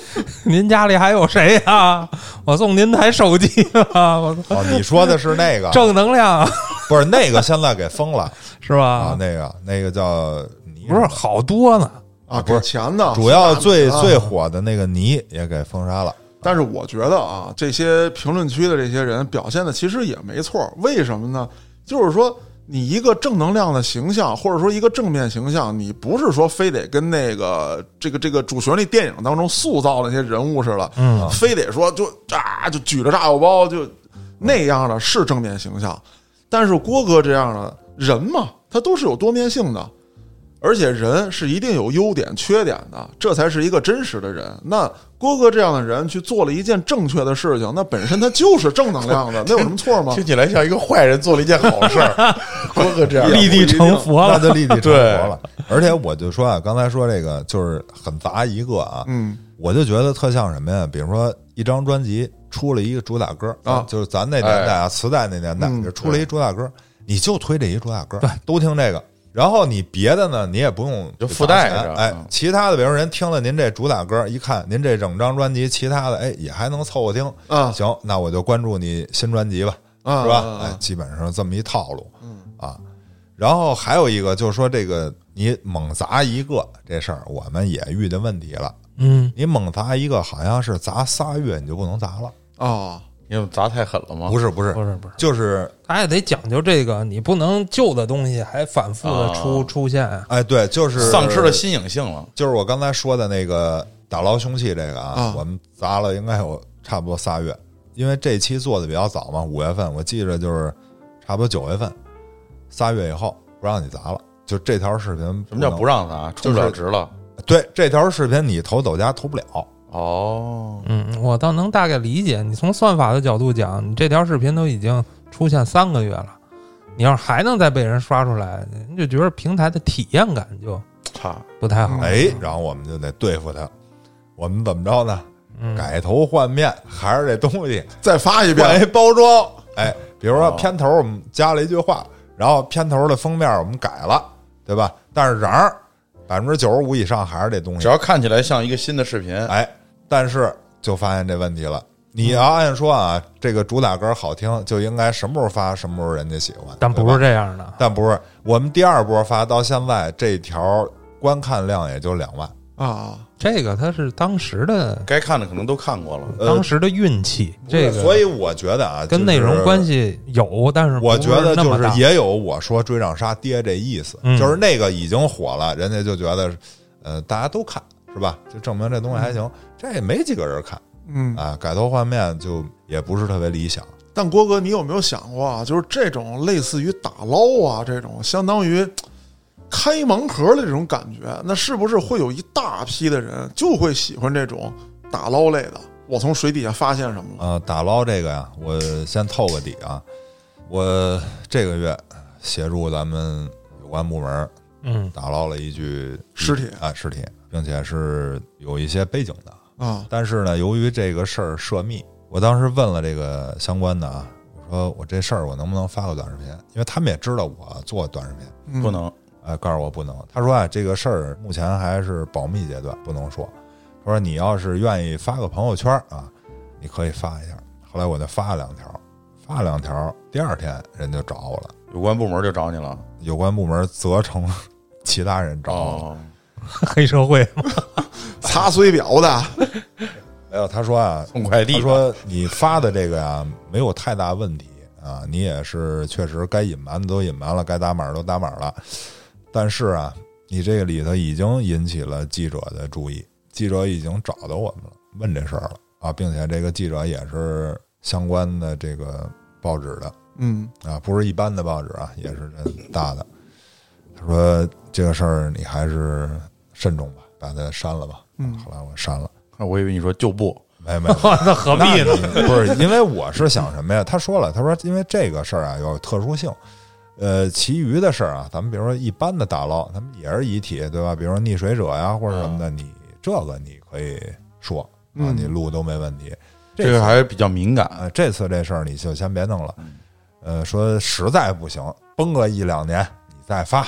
S4: 您家里还有谁呀、 我送您台手机吧， 我操，，
S1: 哦，你说的是那个
S4: 正能量
S1: 不是那个，现在给封了
S4: 是吧？
S1: 啊，那个那个叫泥，
S4: 不是好多呢，
S2: 啊，
S1: 不是
S2: 给钱呢，
S1: 主要最
S2: 啊
S1: 最火的那个泥也给封杀了。
S2: 但是我觉得啊，这些评论区的这些人表现的其实也没错。为什么呢？就是说，你一个正能量的形象，或者说一个正面形象，你不是说非得跟那个这个这个主旋律电影当中塑造的那些人物似的，
S4: 嗯
S2: 非得说就啊就举着炸药包就那样的是正面形象。但是郭哥这样的人嘛，他都是有多面性的。而且人是一定有优点、缺点的，这才是一个真实的人。那郭哥这样的人去做了一件正确的事情，那本身他就是正能量的，那有什么错吗？
S5: 听起来像一个坏人做了一件好事儿。郭哥这样，
S4: 立地成佛
S1: 那
S4: 了。
S1: 就立地成佛了。而且我就说啊，刚才说这个就是很杂一个啊，
S2: 嗯，
S1: 我就觉得特像什么呀？比如说一张专辑出了一个主打歌
S2: 啊
S1: 就是咱那年代
S5: 哎
S1: 啊，磁带那年代
S2: 嗯
S1: 就出了一主打歌，你就推这一主打歌，都听这个。然后你别的呢，你也不用
S5: 就附带
S1: 去
S5: 着
S1: 拿钱哎
S5: 嗯，
S1: 其他的，比如人听了您这主打歌，一看您这整张专辑，其他的哎也还能凑合听
S2: 啊
S1: 行，那我就关注你新专辑吧，
S2: 啊
S1: 是吧
S2: 啊啊？
S1: 哎，基本上这么一套路，
S5: 嗯
S1: 啊。然后还有一个就是说，这个你猛砸一个这事儿，我们也遇见问题了。
S4: 嗯，
S1: 你猛砸一个，好像是砸仨月你就不能砸了，
S2: 啊，
S5: 因为砸太狠了吗？
S1: 不是不是
S4: 不，是不是，
S1: 就是
S4: 他也得讲究这个，你不能旧的东西还反复的出、
S5: 啊
S4: 出现啊。
S1: 哎对，就是
S5: 丧失了，新颖性了。
S1: 就是我刚才说的那个打捞凶器这个啊，
S2: 啊
S1: 我们砸了应该有差不多仨月，因为这期做的比较早嘛，五月份我记着就是差不多九月份，仨月以后不让你砸了，就这条视频
S5: 什么叫
S1: 能
S5: 不让砸？充不了值了。
S1: 对，这条视频你投抖加投不了，
S5: 哦，
S4: 嗯，我倒能大概理解。你从算法的角度讲，你这条视频都已经出现三个月了，你要是还能再被人刷出来，你就觉得平台的体验感就
S5: 差
S4: 不太好。
S1: 哎，然后我们就得对付他，我们怎么着呢？
S4: 嗯，
S1: 改头换面，还是这东西，
S2: 再发一遍
S1: 换一包装。哎，比如说
S5: 哦
S1: 片头我们加了一句话，然后片头的封面我们改了，对吧？但是瓤儿百分之九十五以上还是这东
S5: 只
S1: 西。
S5: 要看起来像一个新的视频，
S1: 哎，但是就发现这问题了。你要按说啊，这个主打歌好听，就应该什么时候发，什么时候人家喜欢。
S4: 但
S1: 对
S4: 不
S1: 吧
S4: 是这样的。
S1: 但不是，我们第二波发到现在，这条观看量也就两万。
S2: 啊，
S4: 这个它是当时的
S5: 该看的可能都看过了。
S1: 呃
S4: 当时的运气，这个
S1: 所以我觉得啊，
S4: 跟内容关
S1: 系，
S4: 系有，但是
S1: 我觉得就
S4: 不那么
S1: 是
S4: 大
S1: 也有我说追涨杀跌这意思，
S4: 嗯
S1: 就是那个已经火了，人家就觉得，呃，大家都看是吧？就证明这东西还行，这也没几个人看
S2: 嗯，
S1: 啊，改头换面就也不是特别理想。
S2: 但郭哥，你有没有想过啊？就是这种类似于打捞啊，这种相当于开盲盒的这种感觉，那是不是会有一大批的人就会喜欢这种打捞类的？我从水底下发现什么了？
S1: 呃，打捞这个呀，我先透个底啊，我这个月协助咱们有关部门儿
S4: 嗯
S1: 打捞了一具
S2: 尸体
S1: 啊，尸体，并且是有一些背景的。
S2: 啊
S1: 但是呢，由于这个事儿涉密，我当时问了这个相关的啊，我说我这事儿我能不能发个短视频？因为他们也知道我做短视频，
S2: 嗯
S5: 不能，
S1: 哎，告诉我不能。他说啊，这个事儿目前还是保密阶段，不能说。他说你要是愿意发个朋友圈啊，你可以发一下。后来我就发了两条，发了两条，第二天人就找我了，
S5: 有关部门就找你了。
S1: 有关部门责成 其他人找我了。
S5: 哦，
S4: 黑社会嘛，
S2: 擦水表的，
S1: 没有，他说啊，
S5: 送快递
S1: 他
S5: 吧
S1: 说你发的这个呀、没有太大问题啊，你也是确实该隐瞒的都隐瞒了，该打码都打码了，但是啊，你这个里头已经引起了记者的注意，记者已经找到我们了，问这事儿了啊，并且这个记者也是相关的这个报纸的，
S2: 嗯
S1: 啊，不是一般的报纸啊，也是这大的。他说这个事儿你还是慎重吧，把它删了吧。
S2: 嗯
S1: 后来我删了，
S5: 我以为你说就不
S1: 没没。
S4: 那何必呢？
S1: 那 你不是，因为我是想什么呀？他说了，他说因为这个事儿啊有特殊性，呃，其余的事儿啊，咱们比如说一般的打捞，咱们也是遗体，对吧？比如说溺水者呀或者什么的，你这个你可以说啊，
S2: 嗯
S1: 你录都没问题。
S5: 这个还是比较敏感。
S1: 呃，这次这事儿你就先别弄了。
S5: 嗯
S1: 呃，说实在不行，崩个一两年，你再发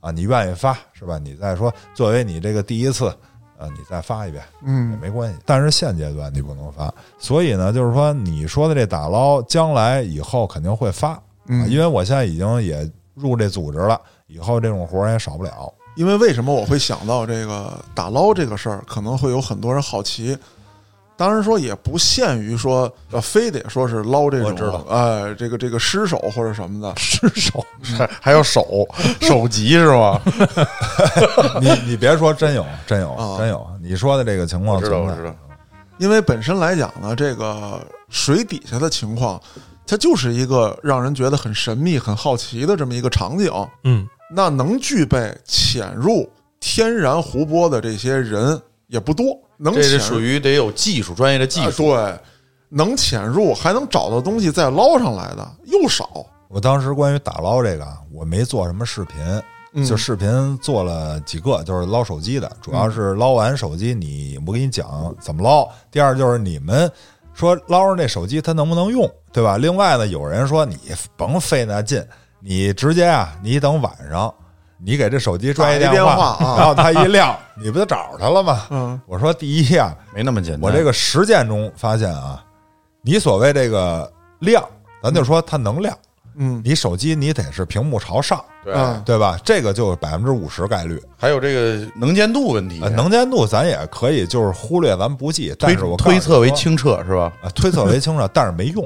S1: 啊，你愿意发是吧？你再说，作为你这个第一次，呃，你再发一遍也
S2: 嗯
S1: 没关系。但是现阶段你不能发，所以呢，就是说你说的这打捞，将来以后肯定会发，啊、
S2: 嗯，
S1: 因为我现在已经也入这组织了，以后这种活儿也少不了。
S2: 因为为什么我会想到这个打捞这个事儿，可能会有很多人好奇。当然说也不限于说，呃，非得说是捞这
S1: 我知道
S2: 种，哎，这个这个尸首或者什么的，
S4: 失手，
S1: 嗯
S5: 还还有手 手级是吗？
S1: 你你别说，真有，真有，
S2: 啊
S1: 真有，你说的这个情况
S5: 我知道，
S1: 存
S5: 我
S1: 在
S5: 知。道。
S2: 因为本身来讲呢，这个水底下的情况，它就是一个让人觉得很神秘、很好奇的这么一个场景。
S4: 嗯，
S2: 那能具备潜入天然湖泊的这些人也不多，能
S5: 这
S2: 潜
S5: 是
S2: 入
S5: 属于得有技术，专业的技术。
S2: 啊对，能潜入还能找到东西再捞上来的又少。
S1: 我当时关于打捞这个啊，我没做什么视频，
S2: 嗯
S1: 就视频做了几个，就是捞手机的，主要是捞完手机你，我给你讲怎么捞。第二就是你们说捞上这手机它能不能用，对吧？另外呢，有人说你甭费那劲，你直接啊，你等晚上。你给这手机拽
S2: 打一
S1: 电
S2: 电话啊
S1: 然后它一亮，你不就找着它了吗？
S2: 嗯，
S1: 我说第一啊，
S5: 没那么简单。
S1: 我这个实践中发现啊，你所谓这个亮，咱就说它能亮，
S2: 嗯，
S1: 你手机你得是屏幕朝上，
S5: 对，啊
S2: 嗯
S1: 对吧？这个就百分之五十概率。
S5: 还有这个能见度问题，
S1: 呃能见度咱也可以就是忽略，咱不计，但
S5: 推
S1: 是我告诉你
S5: 推测为
S1: 说
S5: 清澈是吧？
S1: 啊，推测为清了，但是没用。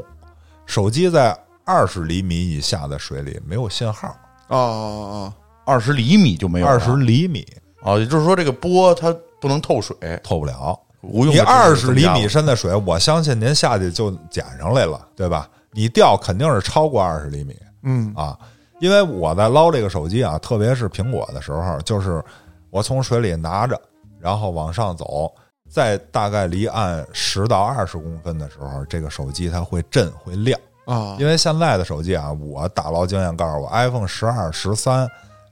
S1: 手机在二十厘米以下的水里没有信号，
S2: 啊啊
S5: 二十厘米就没有了
S1: 二十厘米
S5: 啊，也就是说这个波它不能透水，
S1: 透不了。
S5: 无用
S1: 你
S5: 的
S1: 二
S5: 知
S1: 十
S5: 识
S1: 厘
S5: 增加
S1: 米哦
S5: 了
S1: 深的水，我相信您下去就捡上来了，对吧？你钓肯定是超过二十厘米，
S2: 嗯
S1: 啊，因为我在捞这个手机啊，特别是苹果的时候，就是我从水里拿着，然后往上走，在大概离岸十到二十公分的时候，这个手机它会震会亮。
S2: 啊
S1: 因为现在的手机啊，我打捞经验告诉我，iPhone 十二、十三，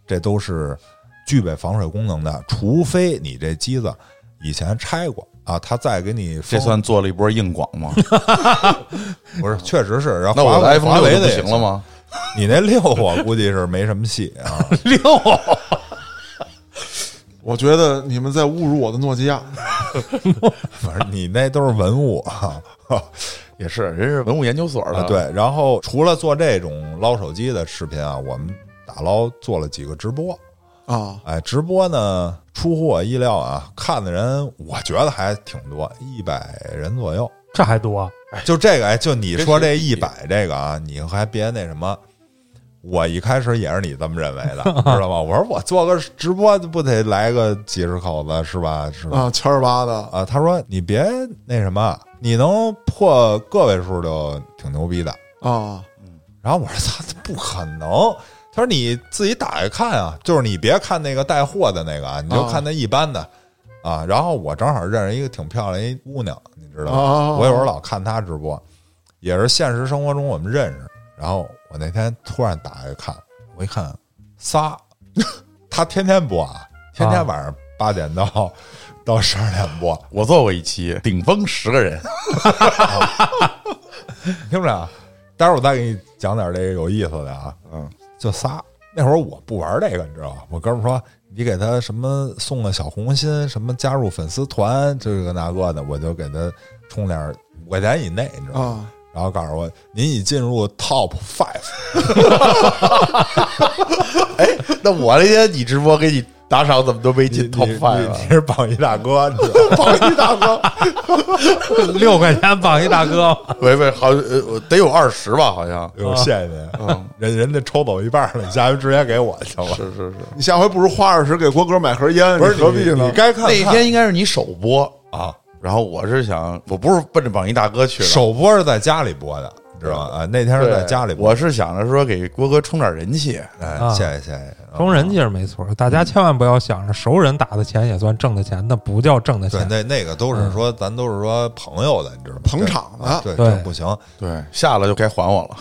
S1: 这都是具备防水功能的，除非你这机子以前拆过啊，它再给你
S5: 这
S1: 封
S5: 算做了一波硬广吗？
S1: 不是，确实是。然后
S5: 那
S1: 华
S5: 我的
S1: 为
S5: iPhone
S1: 华
S5: 六
S1: 为
S5: 就不
S1: 的也
S5: 行了吗？
S1: 行？你那六我估计是没什么戏啊。
S4: 溜，
S2: 我觉得你们在侮辱我的诺基亚。
S1: 反正你那都是文物啊。
S5: 也是，人是文物研究所
S1: 啊，
S5: 的，
S1: 对，然后除了做这种捞手机的视频啊，我们打捞做了几个直播。
S2: 啊，
S1: 哎，直播呢，出乎我意料啊，看的人我觉得还挺多，一百人左右。
S4: 这 还多啊
S1: 就这个，哎，就你说这
S5: 真是
S1: 一百这个啊，你还别那什么。我一开始也是你这么认为 的，知道吗？我说我做个直播不得来个几十口子是吧？是吧？
S2: 啊，千儿八的，
S1: 啊，他说你别那什么，你能破个位数就挺牛逼的。
S2: 啊，
S1: 然后我说操，这不可能。他说你自己打开看啊，就是你别看那个带货的那个啊，你就看那一般的啊然后我正好认识一个挺漂亮一姑娘，你知道吗？
S2: 啊
S1: 我有时候老看她直播，也是现实生活中我们认识。然后我那天突然打开看，我一看仨， 她天天播啊，天天晚上八点到、到十二点播，
S5: 我做过一期，顶峰十个 人，
S1: 听着啊，待会儿我再给你讲点这个有意思的啊。
S5: 嗯，
S1: 就仨。那会儿我不玩这个，你知道吧？我哥们儿说你给他什么送个小红心，什么加入粉丝团，这个那个的，我就给他充点儿五块钱以内，你知道吗？
S2: 啊，
S1: 然后告诉我您已进入 top five，
S5: 哎那我那天你直播给你打赏，怎么都没
S1: 你
S5: 进 top five
S1: 你
S5: 啊
S1: 你？是榜一大哥，你知道 吗榜一大哥。
S4: 六块钱绑一大哥，
S5: 喂喂，好，呃，我得有二十吧，好像。
S1: 哎呦，谢谢您，
S5: 嗯
S1: 人人家抽走一半了，你下回直接给我行了。
S5: 是是是，
S2: 你下回不如花二十给郭哥买盒烟，
S1: 不是
S2: 你何必
S1: 你
S2: 呢
S1: 你？该看
S5: 那
S1: 看
S5: 天应该是你首播，
S1: 啊，
S5: 然后我是想，我不是奔着榜一大哥去的，
S1: 首播是在家里播的，你知道吗？啊，那天是
S5: 对
S1: 在家里播的。
S5: 我是想着说给郭哥充点人气，
S1: 哎
S4: 啊，
S1: 谢谢谢谢。
S4: 冲人气是没错，大
S1: 嗯
S4: 家千万不要想着熟人打的钱也算挣的钱，那不叫挣的
S1: 对，
S4: 钱。
S1: 那那个都是说，咱都是说朋友的，你知道吗？
S2: 捧场的
S1: 啊对，
S4: 对
S1: 这不行。
S5: 对，下了就该还我了。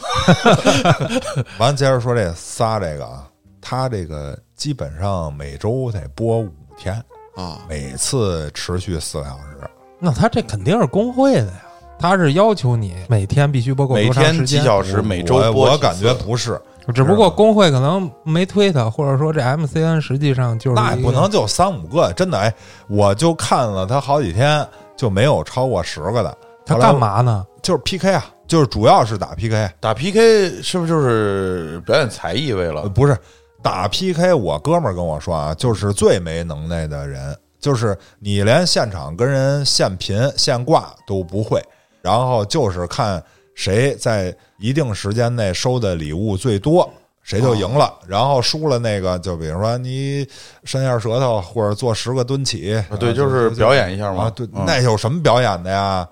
S1: 完，接着说这仨这个啊，他这个基本上每周得播五天，
S2: 啊，
S1: 每次持续四个小时。
S4: 那他这肯定是工会的呀，他是要求你每天必须播够
S5: 每
S4: 多长
S5: 天
S4: 时
S5: 几
S4: 间。
S5: 小时，
S1: 我
S5: 哦每周
S1: 我
S5: 播
S1: 我
S5: 几
S1: 感
S5: 次
S1: 觉不是，
S4: 只不过工会可能没推他，或者说这 MCN 实际上就是
S1: 那
S4: 一
S1: 也不
S4: 个
S1: 能就三五个，真的哎，我就看了他好几天，就没有超过十个的。
S4: 他
S1: 后来我
S4: 干？嘛呢？
S1: 就是 PK 啊，就是主要是打 PK，
S5: 打 PK 是不是就是表演才艺为
S1: 呃，
S5: 了？
S1: 不是打 PK，我哥们儿跟我说啊，就是最没能耐的人，就是你连现场跟人现贫现挂都不会，然后就是看谁在一定时间内收的礼物最多。谁
S5: 啊
S1: 就赢了，然后输了那个，就比如说你伸下舌头，或者做十个蹲起，
S5: 啊对，就是表演一下嘛。
S1: 啊，对，
S5: 嗯
S1: 那有什么表演的呀？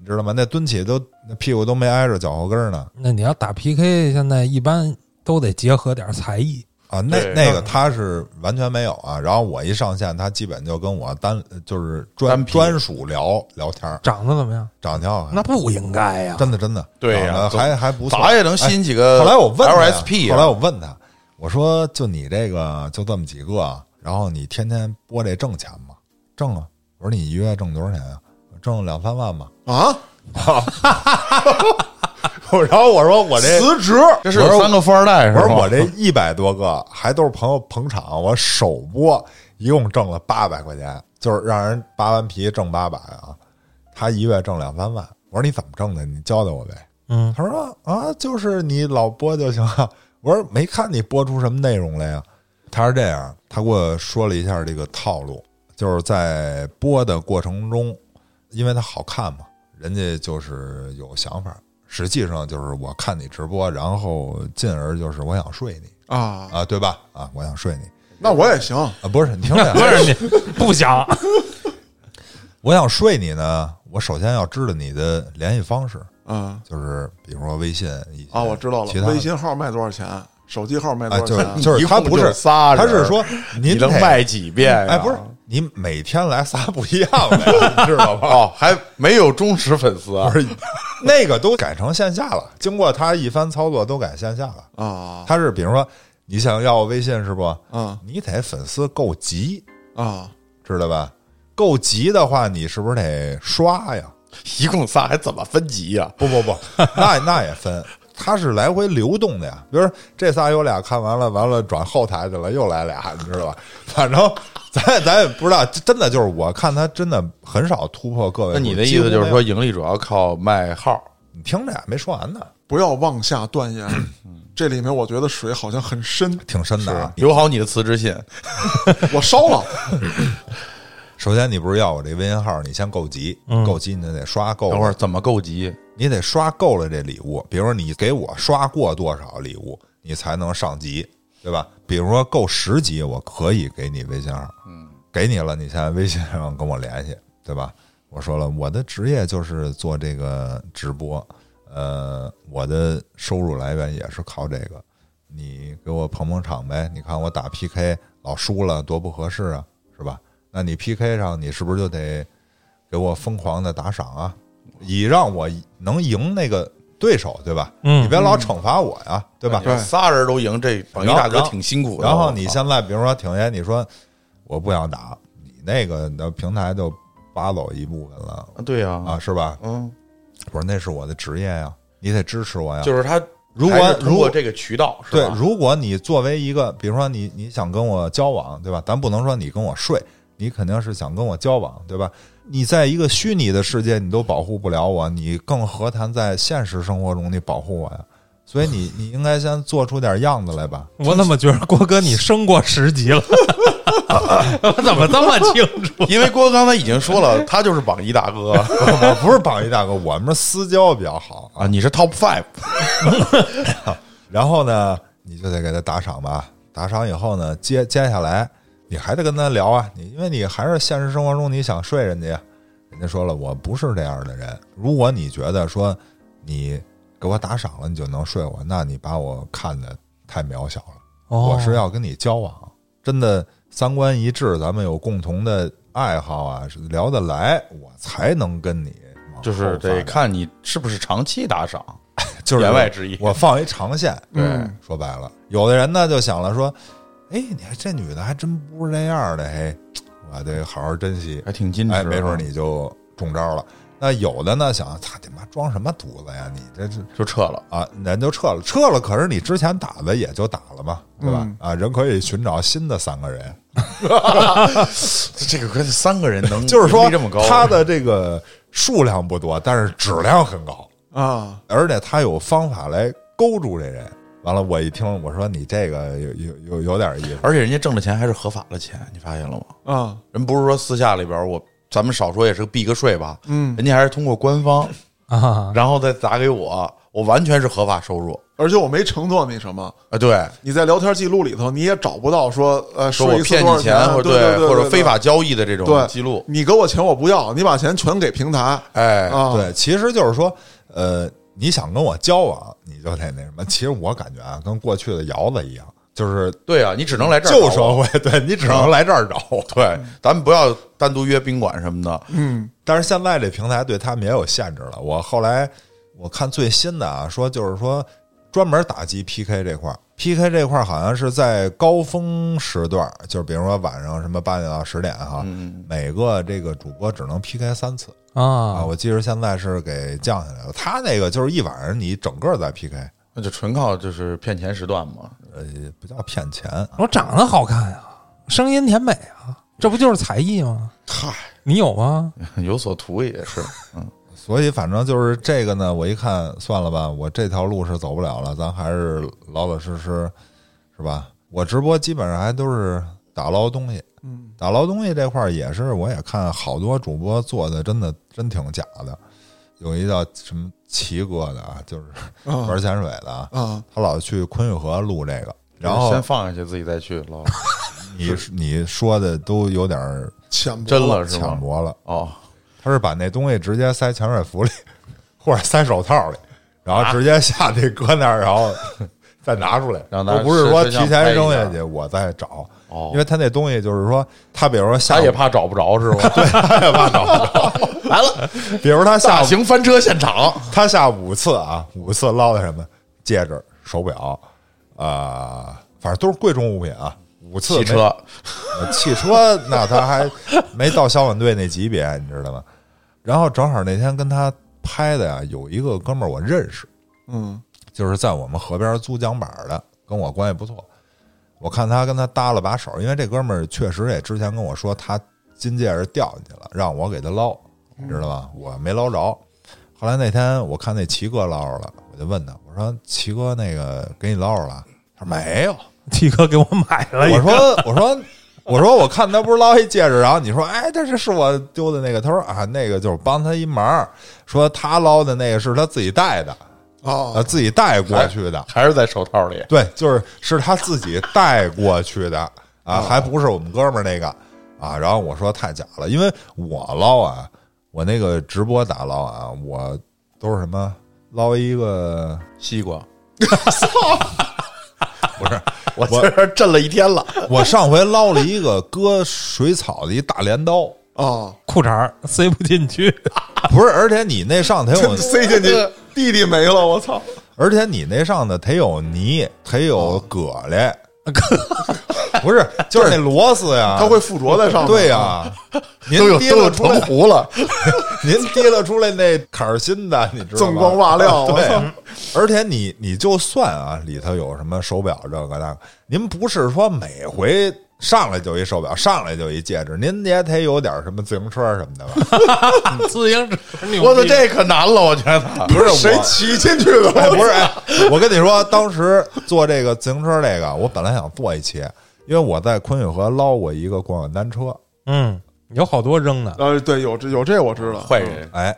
S1: 你知道吗？那蹲起都那屁股都没挨着脚后跟儿呢，
S4: 那你要打 PK，现在一般都得结合点才艺，
S1: 啊，那
S5: 对
S1: 那个他是完全没有啊。然后我一上线，他基本就跟我单就是专
S5: 单批
S1: 专属聊聊天儿，
S4: 长得怎么样？
S1: 长得挺好看，
S4: 那不应该呀、
S1: 真的真的，
S5: 对呀
S1: 长得还还不错，
S5: 咋也能吸引几个
S1: 哎后来我问他呀
S5: LSP 啊
S1: 后来我问他，我说就你这个就这么几个，啊然后你天天播这挣钱吗？挣啊！我说你一月挣多少钱啊？挣两三万吧。
S2: 啊，
S1: 然后我说我这，
S2: 辞职
S5: 这是有三个富二代是
S1: 我
S5: 吧？
S1: 说我这一百多个还都是朋友捧场，我首播一共挣了八百块钱，就是让人扒完皮挣八百啊。他一月挣两三万，我说你怎么挣的？你教教我呗。
S4: 嗯，
S1: 他说啊，就是你老播就行啊。我说没看你播出什么内容来呀、他是这样，他给我说了一下这个套路，就是在播的过程中，因为他好看嘛，人家就是有想法。实际上就是我看你直播，然后进而就是我想睡你
S2: 啊，
S1: 啊，对吧？啊，我想睡你
S2: 那我也行，
S1: 啊，不是你听着
S4: 不，是你不 想，
S1: 我想睡你呢，我首先要知道你的联系方式，
S2: 嗯
S1: 就是比如说微信以及
S2: 啊，我知道了
S1: 其，他的
S2: 微信号卖多少钱，手机号卖
S1: 啊，
S2: 多
S1: 就
S2: 少
S1: 是
S2: 钱？
S1: 就是他
S5: 一共
S1: 不是
S5: 就仨人
S1: 他是说
S5: 你
S1: 您
S5: 能
S1: 得
S5: 卖几遍啊呀？
S1: 哎，不是你每天来仨不一样 的，你知道吧？
S5: 哦，还没有忠实粉丝啊
S1: 不。是那个都改成线下了，经过他一番操作都改线下了。
S2: 啊
S1: 他是比如说你想要我微信是不？
S2: 啊
S1: 你得粉丝够急，
S2: 啊！
S1: 知道吧？够急的话，你是不是得刷呀？
S5: 一共仨，还怎么分级呀？
S1: 不 不不，那那也分，它是来回流动的呀。比如说这仨有俩看完了，完了转后台去了，又来俩，你知道吧？ 反正咱也咱也不知道，真的就是我看他真的很少突破各位。
S5: 那你的意思
S1: 几
S5: 就是
S1: 乎没
S5: 说，
S1: 有，
S5: 盈利主要靠卖号？
S1: 你听着呀，没说完呢，
S2: 不要妄下断言，
S1: 嗯
S2: 这里面我觉得水好像很深，
S1: 挺深的啊。
S5: 留好你的辞职信。
S2: 我烧了。
S1: 首先，你不是要我这微信号，你先够急，够急你就得刷够了。
S5: 嗯等会儿怎么够级？
S1: 你得刷够了这礼物，比如说你给我刷过多少礼物，你才能上级，对吧？比如说够十级，我可以给你微信号，嗯，给你了，你现在微信上跟我联系，对吧？我说了，我的职业就是做这个直播，呃，我的收入来源也是靠这个，你给我捧捧场呗，你看我打 PK 老输了多不合适啊，是吧？那你 PK 上你是不是就得给我疯狂的打赏啊？以让我能赢那个对手，对吧？
S4: 嗯
S1: 你别老惩罚我呀，对吧？
S5: 仨人都赢，这榜一大哥挺辛苦的。啊
S1: 然后你
S5: 像
S1: 现在比如说挺爷，你说我不想打，你那个的平台就扒走一部分了
S5: 对呀，
S1: 啊，是吧？
S5: 嗯，
S1: 我说那是我的职业呀，你得支持我呀。
S5: 就是他
S1: 啊如
S5: 还
S1: 果
S5: 是通
S1: 如
S5: 过
S1: 果
S5: 这个渠道是
S1: 对
S5: 吧，？
S1: 如果你作为一个，比如说你你想跟我交往，对吧？咱不能说你跟我睡，你肯定是想跟我交往，对吧？你在一个虚拟的世界，你都保护不了我，你更何谈在现实生活中你保护我呀？所以你你应该先做出点样子来吧。
S4: 我怎么觉得郭哥你升过十级了？ 我怎么这么清 楚？
S5: 因为郭刚才已经说了，他就是榜一大哥
S1: 我不是榜一大哥，我们私交比较好啊。
S5: 啊，你是 Top Five，
S1: 然后呢，你就得给他打赏吧。打赏以后呢，接接下来你还得跟他聊啊，你因为你还是现实生活中你想睡人家呀，人家说了我不是这样的人。如果你觉得说你给我打赏了你就能睡我，那你把我看得太渺小了。
S4: 哦
S1: 我是要跟你交往，真的三观一致，咱们有共同的爱好啊，是聊得来，我才能跟你往后
S5: 就是
S1: 发
S5: 得
S1: 展
S5: 看你是不是长期打赏。
S1: 就是
S5: 言外之意
S1: 我放一长线，
S5: 对，
S1: 说白了，有的人呢就想了说，哎，你还这女的还真不是这样的，嘿，我得好好珍惜，
S5: 还挺矜持啊。
S1: 哎，没准你就中招了。那有的呢想，操你妈装什么犊子呀？你这是
S5: 就撤了。
S1: 啊，人就撤了，撤了。可是你之前打的也就打了嘛，对吧？
S2: 嗯
S1: 啊，人可以寻找新的三个人，
S5: 这个跟三个人 能
S1: 就是
S5: 嗯盈
S1: 说
S5: 利这么高，啊
S1: 他的这个数量不多，但是质量很高。
S2: 啊
S1: 而且他有方法来勾住这人。完了，我一听我说你这个有有有有点意思，
S5: 而且人家挣的钱还是合法的钱，你发现了吗？
S2: 啊
S5: 人不是说私下里边我咱们少说也是避个税吧，
S2: 嗯，
S5: 人家还是通过官方，
S4: 啊，
S5: 然后再打给我，我完全是合法收入
S2: 而且我没承诺你什么，
S5: 啊。对，
S2: 你在聊天记录里头你也找不到说呃
S5: 说
S2: 说
S5: 我
S2: 一次
S5: 骗
S2: 多少
S5: 你钱或者
S2: 对对对
S5: 或者
S2: 对
S5: 非法交易的这种
S2: 对
S5: 记录，
S2: 你给我钱我不要，你把钱全给平台
S5: 哎，
S2: 啊，
S1: 对，其实就是说，呃呃，你想跟我交往，你就得那什么。其实我感觉啊，跟过去的窑子一样，就是
S5: 对啊，你只能来这儿找
S1: 旧
S5: 我，啊
S1: 社会，对你只能来这儿找。
S5: 对，咱们不要单独约宾馆什么的。
S2: 嗯，
S1: 但是现在这平台对他们也有限制了。我后来我看最新的啊，说就是说专门打击 PK 这块儿，PK 这块儿好像是在高峰时段儿，就是比如说晚上什么八点到十点哈，
S5: 嗯，
S1: 每个这个主播只能 PK 三次啊。
S4: 啊，
S1: 我记着现在是给降下来了，他那个就是一晚上你整个在 PK，
S5: 那就纯靠就是骗钱时段嘛。
S1: 呃，不叫骗钱，
S4: 我长得好看呀、声音甜美啊，这不就是才艺吗？
S1: 嗨，
S4: 你有吗？
S5: 有所图也 是，
S1: 所以反正就是这个呢，我一看算了吧，我这条路是走不了了，咱还是老老实实，是吧？我直播基本上还都是打捞东西，
S2: 嗯，
S1: 打捞东西这块儿也是，我也看好多主播做的，真的真挺假的。有一叫什么奇哥的啊，就是
S2: 啊
S1: 玩潜水的啊，
S2: 啊，
S1: 他老去昆玉河录这个，然
S5: 先
S1: 后
S5: 放下去自己再去捞，
S1: 你你说的都有点儿
S2: 浅薄
S5: 真了呃是
S1: 浅
S5: 吗？
S1: 薄了。
S5: 哦，
S1: 他是把那东西直接塞潜水服里，或者塞手套里，然
S5: 啊
S1: 后直接下去搁那儿，然后 再拿出来。
S5: 让他
S1: 都不是说提前扔下
S5: 身上拍一
S1: 去，我再找，
S5: 哦，
S1: 因为他那东西就是说，他比如说下
S5: 他
S1: 午
S5: 也怕找不着是吧？对，
S1: 他也怕找不着，
S5: 来了，
S1: 比如他下
S5: 大
S1: 午
S5: 型翻车现场，
S1: 他下五次啊，五次捞的什么戒指、手表，啊、反正都是贵重物品啊。五次
S5: 汽
S1: 没
S5: 车，
S1: 呃汽车那他还没到消防队那级别，你知道吗？然后正好那天跟他拍的呀，有一个哥们儿我认识，
S2: 嗯，
S1: 就是在我们河边租桨板的，跟我关系不错。我看他跟他搭了把手，因为这哥们儿确实也之前跟我说他金戒指掉进去了，让我给他捞，你知道吧？我没捞着。后来那天我看那齐哥捞着了，我就问他，我说齐哥那个给你捞着了？他说没有。
S4: 七哥给我买了一
S1: 我
S4: 个，
S1: 说我说我说我看他不是捞一戒指，然后你说哎，这是是我丢的那个，他说啊，那个就是帮他一忙，说他捞的那个是他自己带的，
S2: 啊
S1: 呃，，自己带过去的，
S5: 还是在手套里。
S1: 对，就是是他自己带过去的啊，还不是我们哥们儿那个啊。然后我说太假了，因为我捞啊，我那个直播打捞啊，我都是什么捞一个
S5: 西瓜，
S1: 不是，
S5: 我在这儿震了一天了。
S1: 我上回捞了一个割水草的一大镰刀。
S2: 啊，
S4: 裤衩儿塞不进去，
S1: 不是，而且你那上得有，
S2: 塞进去，弟弟没了，我操！
S1: 而且你那上的得有泥，得有
S5: 哦
S1: 蛤蜊，不是，就是那螺丝呀，
S5: 哎
S2: 它会附着在上面，
S1: 对呀、 您
S5: 都有
S1: 提
S5: 都有
S1: 了出来
S5: 成糊了，
S1: 您提了出来那坎儿新的，你知道吗？
S2: 锃光瓦亮我操
S5: 啊
S1: 对，而且你你就算啊，里头有什么手表这个那个，您不是说每回上来就一手表，上来就一戒指，您也得有点什么自行车什么的吧？
S4: 自行车牛逼，
S5: 我操，这可难了，我觉得。
S1: 不是
S2: 谁
S1: 我
S2: 骑进去的？
S1: 哎，不是，哎，我跟你说，当时做这个自行车这个，我本来想做一期，因为我在昆玉河捞过一个共享单车。
S4: 嗯，有好多扔的，
S2: 呃，对，有这有这我知道，嗯
S5: 坏人，
S1: 哎，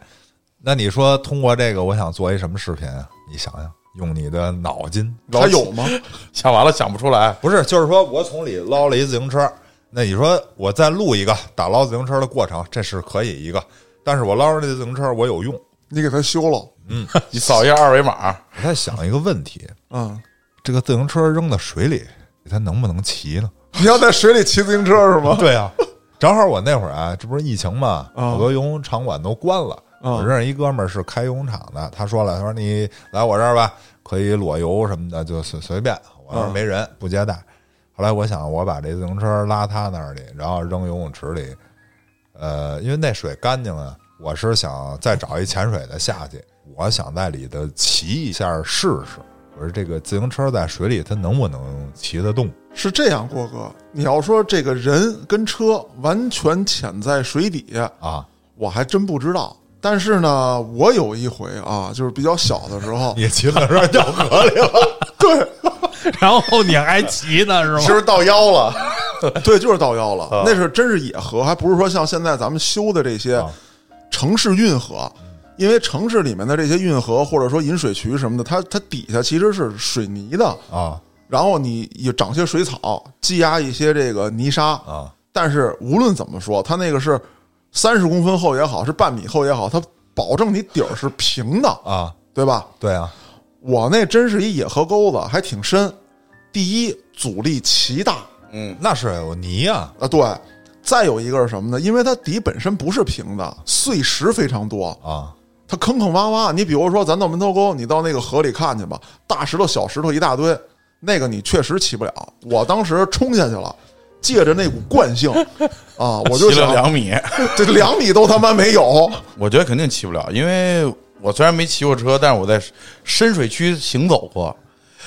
S1: 那你说通过这个，我想做一什么视频啊？你想想，用你的脑筋，
S2: 他有吗？
S5: 想完了想不出来，
S1: 不是，就是说我从里捞了一自行车，那你说我再录一个打捞自行车的过程，这是可以一个，但是我捞着这自行车我有用。
S2: 你给他修了，
S5: 你扫一下二维码，
S1: 我在想一个问题，
S2: 嗯，
S1: 这个自行车扔到水里，它能不能骑呢？
S2: 你要在水里骑自行车是吗？
S1: 对啊，正好我那会儿啊，这不是疫情嘛，
S2: 嗯
S1: 好多游泳场馆都关了。
S2: 嗯
S1: 我认识一哥们儿是开游泳场的，他说了，他说你来我这儿吧，可以裸游什么的，就随随便。我
S2: 啊
S1: 那儿没人，不接待。后来我想，我把这自行车拉他那儿去，然后扔游泳池里。呃，因为那水干净啊，我是想再找一潜水的下去，我想在里头骑一下试试。我说这个自行车在水里它能不能骑得动？
S2: 是这样，郭哥，你要说这个人跟车完全潜在水底下，
S1: 啊，
S2: 我还真不知道。但是呢，我有一回啊，就是比较小的时候，
S1: 你骑自行车掉河里了。
S4: 然后你还骑呢是
S5: 是
S4: 吗？
S5: 不是到腰 了？
S2: 对，就是到腰了，
S1: 啊
S2: 那是真是野河，还不是说像现在咱们修的这些
S1: 啊
S2: 城市运河，因为城市里面的这些运河或者说引水渠什么的，它它底下其实是水泥的，
S1: 啊
S2: 然后你也长些水草，积压一些这个泥沙
S1: 啊。
S2: 但是无论怎么说，它那个是三十公分厚也好，是半米厚也好，它保证你底儿是平的，
S1: 啊，
S2: 对吧？
S1: 对啊，
S2: 我那真是一野河沟子，还挺深。第一阻力极大
S5: 嗯，
S1: 那是有泥呀、
S2: 啊，对。再有一个是什么呢？因为它底本身不是平的，碎石非常多，
S1: 啊，
S2: 它坑坑洼洼。你比如说，咱到门头沟，你到那个河里看去吧，大石头、小石头一大堆，那个你确实起不了。我当时冲下去了，借着那股惯性啊，我就
S5: 骑了
S2: 想
S5: 两米，
S2: 这两米都他妈没有。
S5: 我觉得肯定骑不了，因为我虽然没骑过车，但是我在深水区行走过，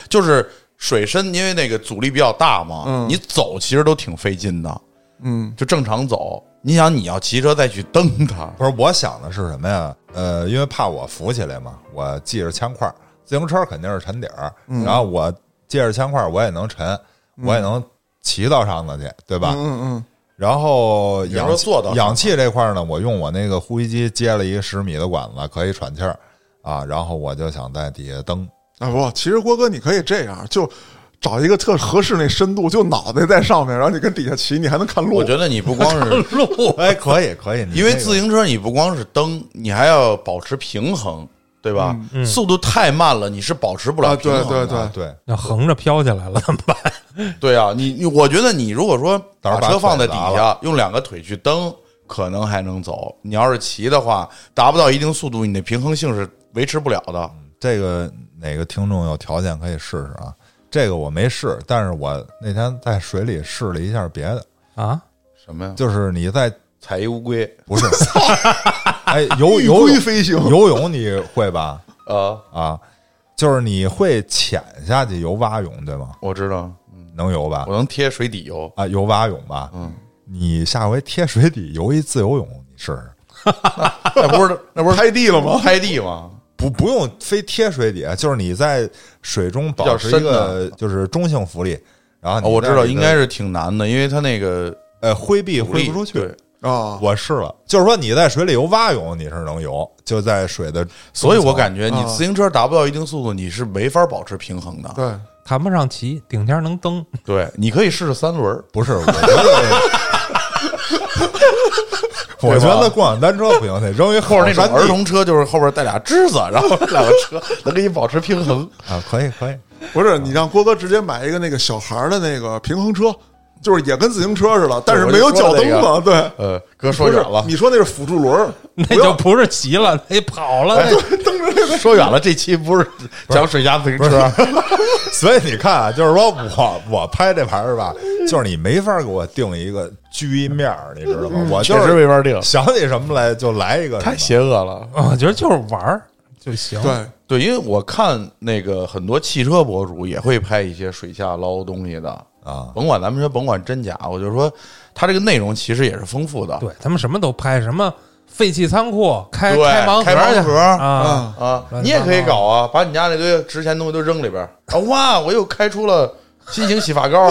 S5: 就是水深，因为那个阻力比较大嘛，
S2: 嗯
S5: 你走其实都挺费劲的，
S2: 嗯，
S5: 就正常走。你想，你要骑车再去蹬它，
S1: 不是，我想的是什么呀？呃，因为怕我浮起来嘛，我系着铅块儿，自行车肯定是沉底儿，
S2: 嗯
S1: 然后我系着铅块儿，我也能沉，我也能骑到上头去，对吧？
S2: 嗯嗯，
S1: 然后
S5: 比方
S1: 氧
S5: 说
S1: 气
S5: 坐到上
S1: 氧气这块儿呢，我用我那个呼吸机接了一个十米的管子，可以喘气儿啊。然后我就想在底下蹬，
S2: 啊不，其实郭哥你可以这样，就找一个特合适那深度，就脑袋在上面，然后你跟底下骑，你还能看 路。
S5: 我觉得你不光是
S1: 哎，可以可以，你
S5: 因为
S1: 这个
S5: 自行车，你不光是蹬，你还要保持平衡，对吧？
S4: 嗯
S5: 速度太慢了，你是保持不了
S2: 啊，
S5: 平
S2: 对
S5: 衡的。
S2: 对对
S1: 啊，对，
S4: 那横着飘起来了怎么办？
S5: 对啊，你你我觉得你如果说
S1: 到时候
S5: 把
S1: 把
S5: 车放在底
S1: 腿砸
S5: 下，用两个腿去蹬，可能还能走。你要是骑的话，达不到一定速度，你的平衡性是维持不了的。
S1: 这个哪个听众有条件可以试试啊？这个我没试，但是我那天在水里试了一下别的，
S4: 啊，
S5: 什么呀？
S1: 就是你在
S5: 踩一乌龟
S1: 不 是，哎，游
S2: 一
S1: 游
S2: 龟
S1: 泳
S2: 飞行
S1: 游泳你会吧？
S5: 啊！
S1: 啊，就是你会潜下去游蛙泳对吗？
S5: 我知道，嗯
S1: 能游吧
S5: 我？能贴水底油。
S1: 啊，游蛙泳吧？
S5: 嗯，
S1: 你下回贴水底游一自由泳，你试试。
S5: 那不是那不是
S2: 拍地了吗？
S5: 拍地吗？
S1: 不不用非贴水底，啊就是你在水中保持
S5: 比较
S1: 一
S5: 深
S1: 个
S5: 的
S1: 就是中性浮力，然后
S5: 哦，
S1: 你
S5: 我知
S1: 在
S5: 道，
S1: 你
S5: 应
S1: 的
S5: 该是挺难的，因为它那个
S1: 呃挥臂
S5: 阻
S1: 挥
S5: 力
S1: 不出去
S5: 对。
S2: 啊，
S1: 我试了，就是说你在水里游蛙泳，你是能游，就在水的中层，
S5: 所以我感觉你
S2: 啊
S5: 自行车达不到一定速度，你是没法保持平衡的。
S2: 对，
S4: 谈不上骑，顶天能蹬。
S5: 对，你可以试试三轮儿。
S1: 不是，我 觉得，我觉得共享单车不行，得扔一后
S5: 或者那种
S1: 山地
S5: 儿童车，就是后边带俩枝子， 然后两个车能给你保持平衡。
S1: 啊，可以可以，
S2: 不是你让郭哥直接买一个那个小孩儿的那个平衡车，就是也跟自行车似的，但是没有脚蹬
S5: 我
S2: 嘛，对。
S5: 呃，哥说
S2: 不
S5: 远
S2: 是
S5: 了，啊
S2: 你说那是辅助轮儿，
S4: 那就不是 骑了，那跑
S5: 哎
S4: 了。那
S5: 说远了，这期不是讲水下自行车，
S1: 所以你看啊，就是说我我拍这牌是吧，
S5: 嗯
S1: 就是你没法给我定一个居面儿，你知道吗？我就
S5: 嗯确实
S1: 是
S5: 没法定，
S1: 想起什么来就来一个什么，
S5: 太邪恶了。
S4: 我啊觉得就是玩儿就行。
S2: 对，
S5: 对，因为我看那个很多汽车博主也会拍一些水下捞东西的，
S1: 啊！
S5: 甭管咱们说甭管真假，我就说它这个内容其实也是丰富的。
S4: 对他们什么都拍，什么废弃仓库、开
S5: 对
S4: 盲
S5: 开
S4: 盒
S5: 盲
S4: 去
S5: 盒
S4: 啊，
S5: 啊，
S4: 乱七八糟
S5: 你也可以搞啊，把你家那堆值钱东西都扔里边儿啊！哇，我又开出了新型洗发 膏，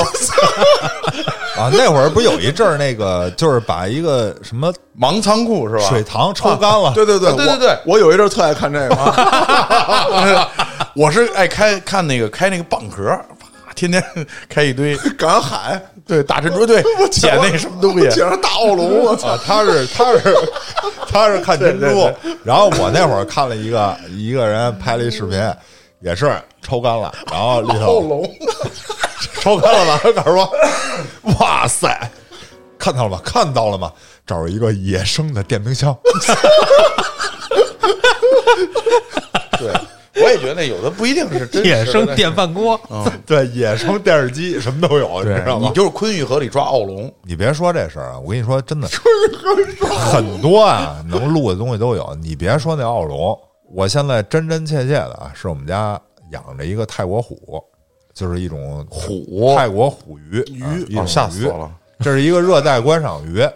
S1: 啊，那会儿不有一阵儿那个，就是把一个什么
S5: 盲仓库是吧？
S1: 水塘抽干了，
S2: 对对对
S5: 啊对对对
S2: 我我有一阵儿特爱看这个，啊
S5: 我是爱开看那个开那个蚌壳，啪，天天开一堆
S2: 赶海，
S5: 对大珍珠，对捡那什么东西
S2: 捡着大澳龙， 我操！
S1: 啊，他是他是他是看珍珠，然后我那会儿看了一个一个人拍了一视频，也是抽干了，然后里
S5: 暴
S1: 头
S5: 龙，
S1: 抽干了吧，告诉说，哇塞，看到了吗？看到了吗？找着一个野生的电冰箱，
S5: 对，我也觉得有的不一定是真实的
S4: 野生电饭锅。
S1: 对，野生电视机什么都有，你知道
S5: 嗯你
S1: 吗？
S5: 就是昆玉河里抓澳龙，
S1: 你别说这事儿啊，我跟你说，真的，很多啊，能录的东西都有。你别说那澳龙，我现在真真切切的啊，是我们家养着一个泰国虎，就是一种
S5: 虎
S1: 泰国虎鱼鱼，啊一种
S5: 哦吓死
S1: 鱼
S5: 我了！
S1: 这是一个热带观赏鱼，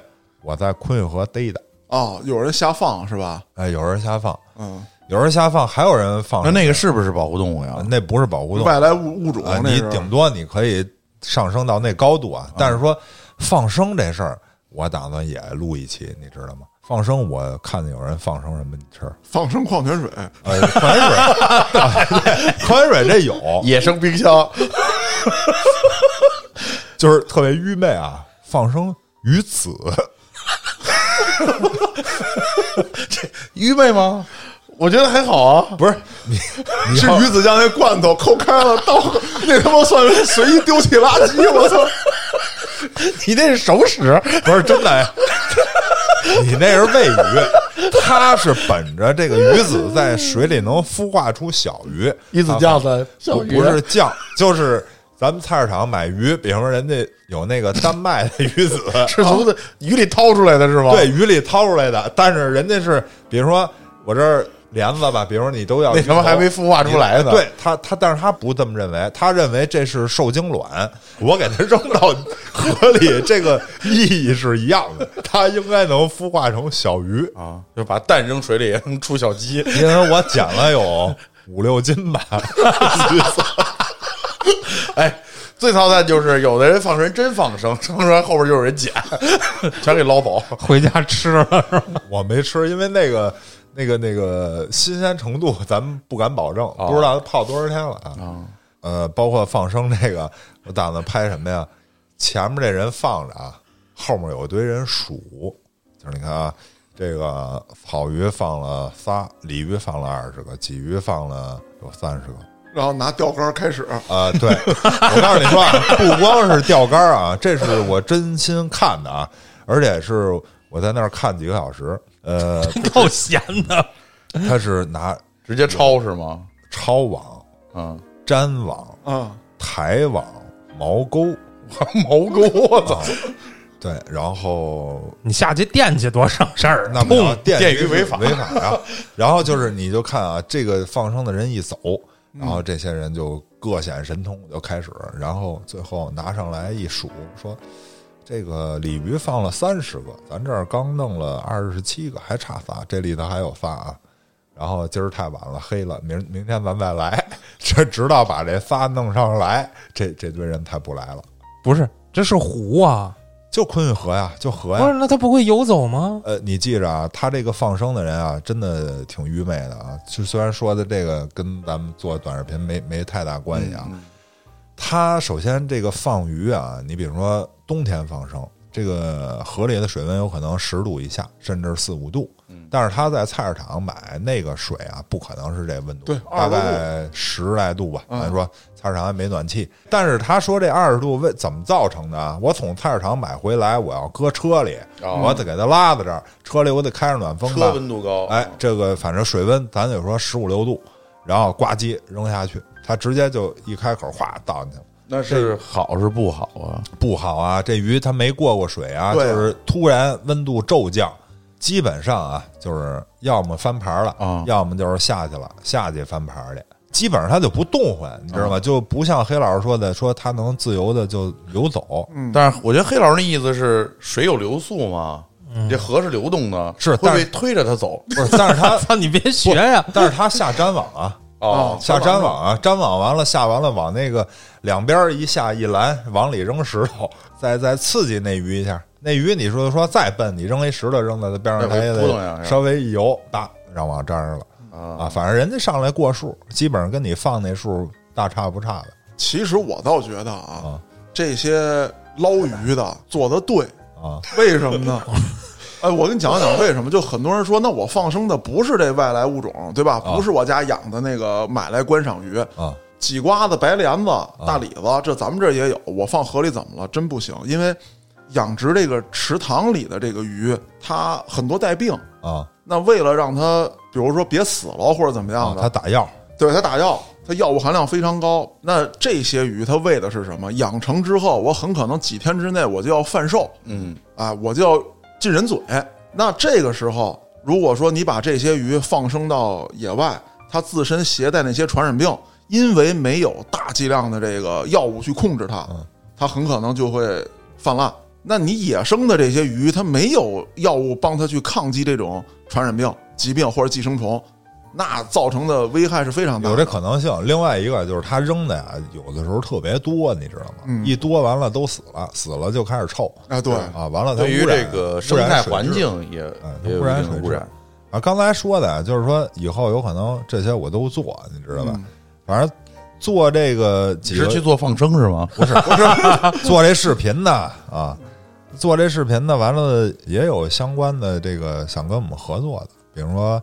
S1: 我在昆玉河逮的。
S2: 哦，有人瞎放是
S5: 嗯
S2: 吧？
S1: 哎，有人瞎放，
S2: 嗯，
S1: 有人瞎放，还有人放
S4: 啊
S5: 那那个是不是保护动物呀？
S1: 那不是保护动物
S2: 外来物物种
S1: 啊，
S2: 那
S1: 你
S2: 是
S1: 顶多你可以上升到那高度啊，但是说放生这事儿，我打算也录一期，你知道吗？放生，我看见有人放生什么吃，
S2: 放生矿泉水，
S1: 呃，矿泉水，啊 对矿泉水这有，
S5: 野生冰箱，
S1: 就是特别愚昧啊，放生鱼子，
S5: 愚昧吗？
S2: 我觉得还好啊，
S1: 不是你，你
S2: 是
S1: 要
S2: 鱼子酱那罐头抠开了倒，那他妈算是随意丢弃垃圾，我 操！
S3: 你那是手 使，
S1: 不是真的呀， 你那是喂鱼，它是本着这个鱼子在水里能孵化出小 鱼，啊
S3: 鱼子酱 的
S1: 不
S3: 小鱼
S1: 不是酱，就是咱们菜市场买鱼，比方说人家有那个丹麦的鱼子，
S3: 是从的鱼里掏出来的是吗？
S1: 对，，鱼里掏出来的，但是人家是，比如说我这儿莲子吧，比如说你都要
S3: 那他妈
S1: 鱼头
S3: 还没孵化出来呢。
S1: 对他，他但是他不这么认为，他认为这是受精卵，我给他扔到河里，这个意义是一样的，它应该能孵化成 小鱼。
S5: 啊，就把蛋扔水里 能出小鸡，
S1: 因为我捡了有五六斤吧，
S5: 哎。最操蛋就是有的人放生真放生， 生出来后边就有人捡， 全给捞走。
S4: 回家吃
S5: 嗯
S4: 了是吧？
S1: 我没吃，因为那个那个那个新鲜程度咱们不敢保证，不知道它泡多少天了啊。呃，包括放生这个， 我打算拍什么呀？前面这人放着啊，后面有一堆人数，就是你看啊，这个草鱼放了仨，鲤鱼放了二十个，鲫鱼放了有三十个，
S2: 然后拿钓竿开始，
S1: 啊，对，我告诉你说，啊，不光是钓竿儿啊，这是我真心看的啊，而且是我在那儿看几个小时。呃，
S4: 够闲的，
S1: 他是拿
S5: 直接抄是吗？
S1: 抄网、
S5: 嗯，
S1: 粘网、
S2: 啊，
S1: 台网、毛钩，啊
S5: 毛钩，我操！
S1: 对，然后
S4: 你下去惦记多省事儿啊！
S1: 那不了电
S5: 电
S1: 鱼
S5: 鱼违
S1: 法违法呀、然后就是你就看啊，这个放生的人一走，然后这些人就各显神通，就开始，然后最后拿上来一数，说这个鲤鱼放了三十个，咱这儿刚弄了二十七个，还差仨，这里头还有仨啊。然后今儿太晚了，黑了，明明天咱再来，这直到把这仨弄上来，这这堆人才不来了。
S4: 不是，这是湖啊！
S1: 就昆玉河呀，就
S5: 哎
S1: 河呀，
S4: 不是，那它不会游走吗？
S1: 呃，你记着啊，他这个放生的人啊，真的挺愚昧的啊。就虽然说的这个跟咱们做短视频没没太大关系啊，他首先这个放鱼啊，你比如说冬天放生，这个河里的水温有可能十度以下，甚至四五度。但是他在菜市场买那个水啊，不可能是这温度，
S2: 对
S1: 大
S2: 20多度
S1: 概呃十来度吧。
S5: 嗯
S1: 咱说菜市场还没暖气，但是他说这二十度为怎么造成的啊？我从菜市场买回来，我要搁车里，
S5: 哦
S1: 我得给它拉到这儿，车里我得开着暖风吧
S5: 车。温度高，
S1: 哎，这个反正水温咱就说十五六度，然后呱唧扔下去，它直接就一开口哗倒进去了。
S5: 那是好是不好啊？
S1: 不好啊，这鱼它没过过水啊，就
S2: 对啊
S1: 是突然温度骤降，基本上啊，就是要么翻盘了，
S5: 啊
S1: 要么就是下去了，下去翻盘去，基本上它就不动换，你知道吗？就不像黑老师说的，说它能自由的就游走，
S5: 但是我觉得黑老师那意思是水有流速嘛，这河是流动的，
S1: 嗯是
S5: 会
S1: 但
S5: 被
S1: 是
S5: 推着它走
S1: 不是，但是它
S4: 操，你别学呀！
S1: 但是它下粘网啊。
S5: 哦
S1: 下粘网啊，粘网完了，下完了往那个两边儿一下一拦，往里扔石头，再再刺激那鱼一下。那鱼你说说再笨，你扔一石头扔在它边上，
S5: 那
S1: 它
S5: 会
S1: 也
S5: 哎扑腾两
S1: 得
S5: 下
S1: 稍微一游，叭让网粘上了啊。反正人家上来过数，基本上跟你放那数大差不差的。
S2: 其实我倒觉得
S1: 啊
S2: 啊，这些捞鱼的做的对，
S1: 啊，
S2: 为什么 呢？哎，我跟你讲讲为什么。就很多人说，那我放生的不是这外来物种，对吧？不是我家养的那个买来观赏鱼
S1: 啊，
S2: 鲫瓜子、白鲢子、大李子，这咱们这儿也有。我放河里怎么了？真不行，因为养殖这个池塘里的这个鱼，它很多带病。
S1: 啊
S2: 那为了让它，比如说别死了或者怎么样
S1: 啊，
S2: 的，
S1: 它打药
S2: 对它打药，它药物含量非常高。那这些鱼它喂的是什么？养成之后，我很可能几天之内我就要贩售，
S5: 嗯，
S2: 啊，我就要进人嘴。那这个时候，如果说你把这些鱼放生到野外，它自身携带那些传染病，因为没有大剂量的这个药物去控制它，
S1: 嗯
S2: 它很可能就会泛滥。那你野生的这些鱼，它没有药物帮它去抗击这种传染病、疾病或者寄生虫，那造成的危害是非常大的。
S1: 有这可能性。另外一个就是它扔的呀，有的时候特别多，你知道吗？一多完了都死了，死了就开始臭
S2: 啊对
S1: 啊，完了它
S5: 嗯对于
S1: 污染
S5: 这个
S1: 污
S5: 生
S1: 染
S5: 态
S1: 水
S5: 环
S1: 质
S5: 境也
S1: 嗯
S5: 也有
S1: 污染
S5: 一定
S1: 水
S5: 的
S1: 质
S5: 污染，
S1: 啊，刚才说的啊，就是说以后有可能这些我都做，你知道吧？反正做这个
S5: 嗯你
S1: 几
S5: 是去
S1: 个
S5: 做放生是吗？
S1: 不是不 是做这视频的啊，做这视频的完了也有相关的这个想跟我们合作的，比如说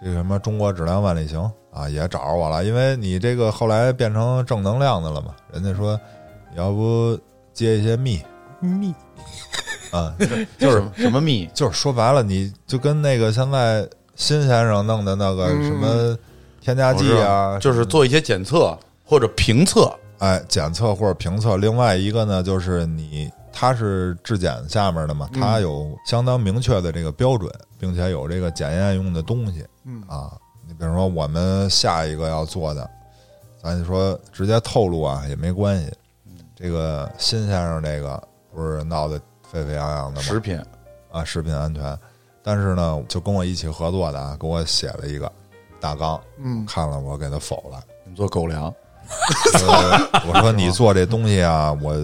S1: 这个什么中国质量万里行啊，也找着我了，因为你这个后来变成正能量的了嘛，人家说你要不接一些密
S4: 密
S1: 啊，
S5: 就是什么 蜜，
S1: 就是说白了，你就跟那个现在新先生弄的那个
S2: 嗯
S1: 什么添加剂啊，
S5: 就是做一些检测或者评测，
S1: 哎检测或者评测。另外一个呢，就是你它是质检下面的嘛，
S2: 嗯
S1: 它有相当明确的这个标准，并且有这个检验用的东西
S2: 嗯
S1: 啊。你比如说我们下一个要做的，咱就说直接透露啊也没关系。
S2: 嗯
S1: 这个新先生这个不是闹得沸沸扬扬的吗？
S5: 食品
S1: 啊，食品安全。但是呢，就跟我一起合作的啊，给我写了一个大纲，
S2: 嗯
S1: 看了我给他否了。
S5: 你做狗粮，
S1: 呃我说你做这东西啊，我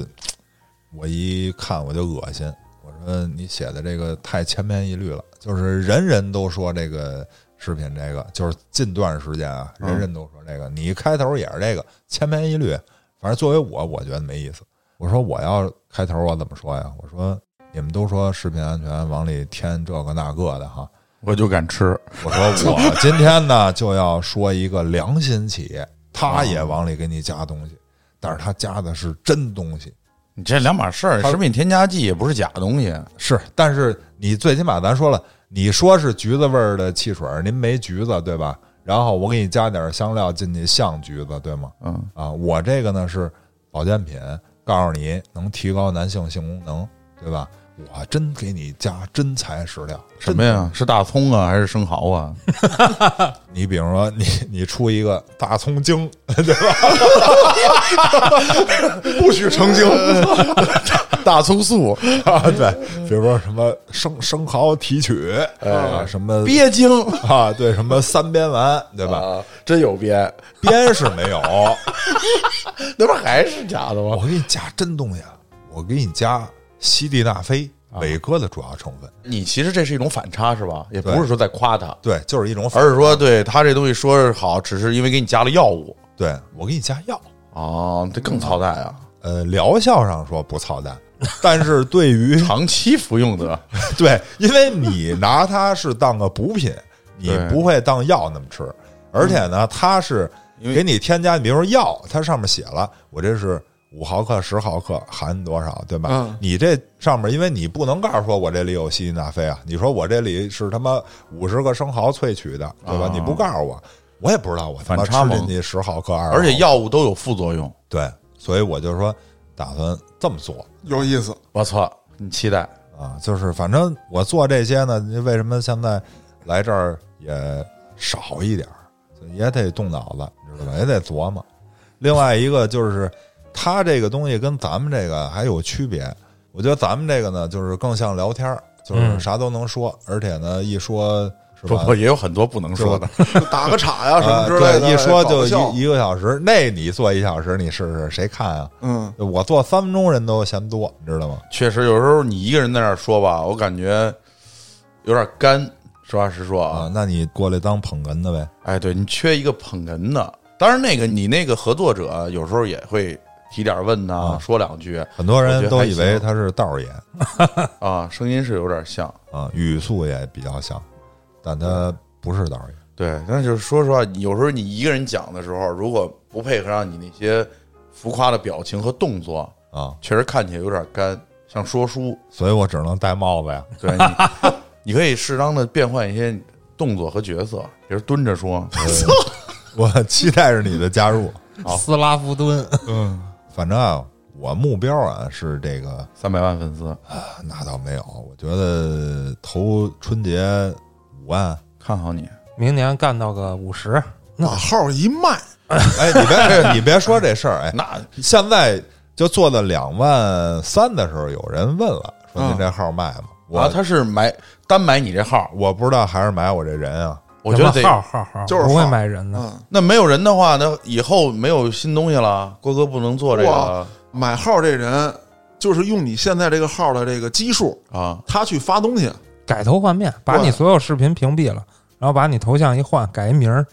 S1: 我一看我就恶心。我说你写的这个太千篇一律了，就是人人都说这个食品这个，就是近段时间啊，人人都说这个。你一开头也是这个千篇一律，反正作为我，我觉得没意思。我说我要开头我怎么说呀？我说你们都说食品安全往里添这个那个的哈，
S5: 我就敢吃，
S1: 我说我今天呢就要说一个良心企业，他也往里给你加东西，但是他加的是真东西，
S5: 你这两码事儿，
S1: 它
S5: 食品添加剂也不是假东西，
S1: 是，但是你最起码咱说了，你说是橘子味儿的汽水儿，您没橘子对吧？然后我给你加点香料进去，像橘子对吗？
S5: 嗯，
S1: 啊，我这个呢是保健品，告诉你能提高男性性功能，对吧？我真给你加真材实料，
S5: 什么呀？是大葱啊，还是生蚝 啊？
S1: 你比如说你你出一个大葱精，对吧？
S2: 不许成 精，
S5: 大葱素、
S1: 啊， 对，比如说什么生生蚝提取，啊，什么
S5: 鳖精
S1: 啊，对，什么三边丸，对 吧？
S5: 啊，真有鳖，
S1: 边是没有，
S5: 那不还是假的吗？
S1: 我给你加真东西，啊我给你加西地那非，伟哥的主要成分，
S5: 你其实这是一种反差是吧？也
S1: 对
S5: 不是说在夸他，
S1: 对，就是一种反，
S5: 而是说对他这东西说是好，只是因为给你加了药物
S1: 对我给你加药，
S5: 哦，这更操蛋啊！
S1: 呃，疗效上说不操蛋，但是对于
S5: 长期服用的，
S1: 对，因为你拿它是当个补品，你
S5: 对
S1: 不会当药那么吃。而且呢，它是给你添加，你比如说药，它上面写了，我这是五毫克、十毫克含多少，对吧？
S2: 嗯
S1: 你这上面，因为你不能告诉说我这里有西西那非啊，你说我这里是他妈五十个生蚝萃取的，对吧？你不告诉我，我也不知道我他妈
S5: 啊反差
S1: 吃
S5: 萌
S1: 进去十毫克、二十毫克，
S5: 而且药物都有副作用。
S1: 对，所以我就说打算这么做。
S2: 有意思。
S5: 我操，你期待
S1: 啊，就是反正我做这些呢，为什么现在来这儿也少一点儿，也得动脑子，你知道吧？也得琢磨。另外一个就是，他这个东西跟咱们这个还有区别。我觉得咱们这个呢，就是更像聊天儿，就是
S4: 嗯
S1: 啥都能说，而且呢，一说是
S5: 不
S1: 吧？
S5: 不，也有很多不能说的。
S2: 就打个岔呀、什么
S1: 啊，
S2: 之类的，
S1: 对，一说
S2: 搞
S1: 就
S2: 笑
S1: 一一个小时。那你做一小时，你试试谁看啊？
S2: 嗯，
S1: 我做三分钟人都嫌多，你知道吗？
S5: 确实，有时候你一个人在那儿说吧，我感觉有点干。实话实说
S1: 啊
S5: 啊，，
S1: 那你过来当捧哏的呗。
S5: 哎，对你缺一个捧哏的。当然，那个你那个合作者有时候也会提点问呐、
S1: 啊
S5: 说两句
S1: 很多
S5: 我觉
S1: 人
S5: 得
S1: 都
S5: 还
S1: 以为
S5: 行
S1: 他是道儿爷，
S5: 啊，声音是有点像。
S1: 啊，语速也比较像，但他不是导演。
S5: 对，但是说实话，有时候你一个人讲的时候，如果不配合上你那些浮夸的表情和动作，
S1: 啊，
S5: 确实看起来有点干，像说书。
S1: 所以我只能戴帽子呀。
S5: 对，你你可以适当的变换一些动作和角色，比如蹲着说，呃
S1: 我期待着你的加入。
S4: 斯拉夫蹲，
S1: 反正啊，我目标啊是这个，呃
S5: 三百万粉丝，
S1: 那倒没有。我觉得投春节五万，
S5: 看好你。
S4: 明年干到个五十，
S2: 把号一卖，
S1: 哎，你别你别说这事儿，哎，
S5: 那
S1: 现在就做到两万三的时候，有人问了，说您这号卖吗？我、
S5: 嗯啊，他是买单买你这号，
S1: 我不知道还是买我这人啊。
S5: 我觉得
S4: 什么号
S5: 得
S4: 号号
S2: 就是
S4: 不会
S2: 号
S4: 买人的，
S2: 嗯，
S5: 那没有人的话，那以后没有新东西了，郭哥不能做这个
S2: 哇买号这人就是用你现在这个号的这个基数，
S5: 啊。
S2: 他去发东西，
S4: 改头换面，把你
S2: 对
S4: 所有视频屏蔽了，然后把你头像一换，改一名儿。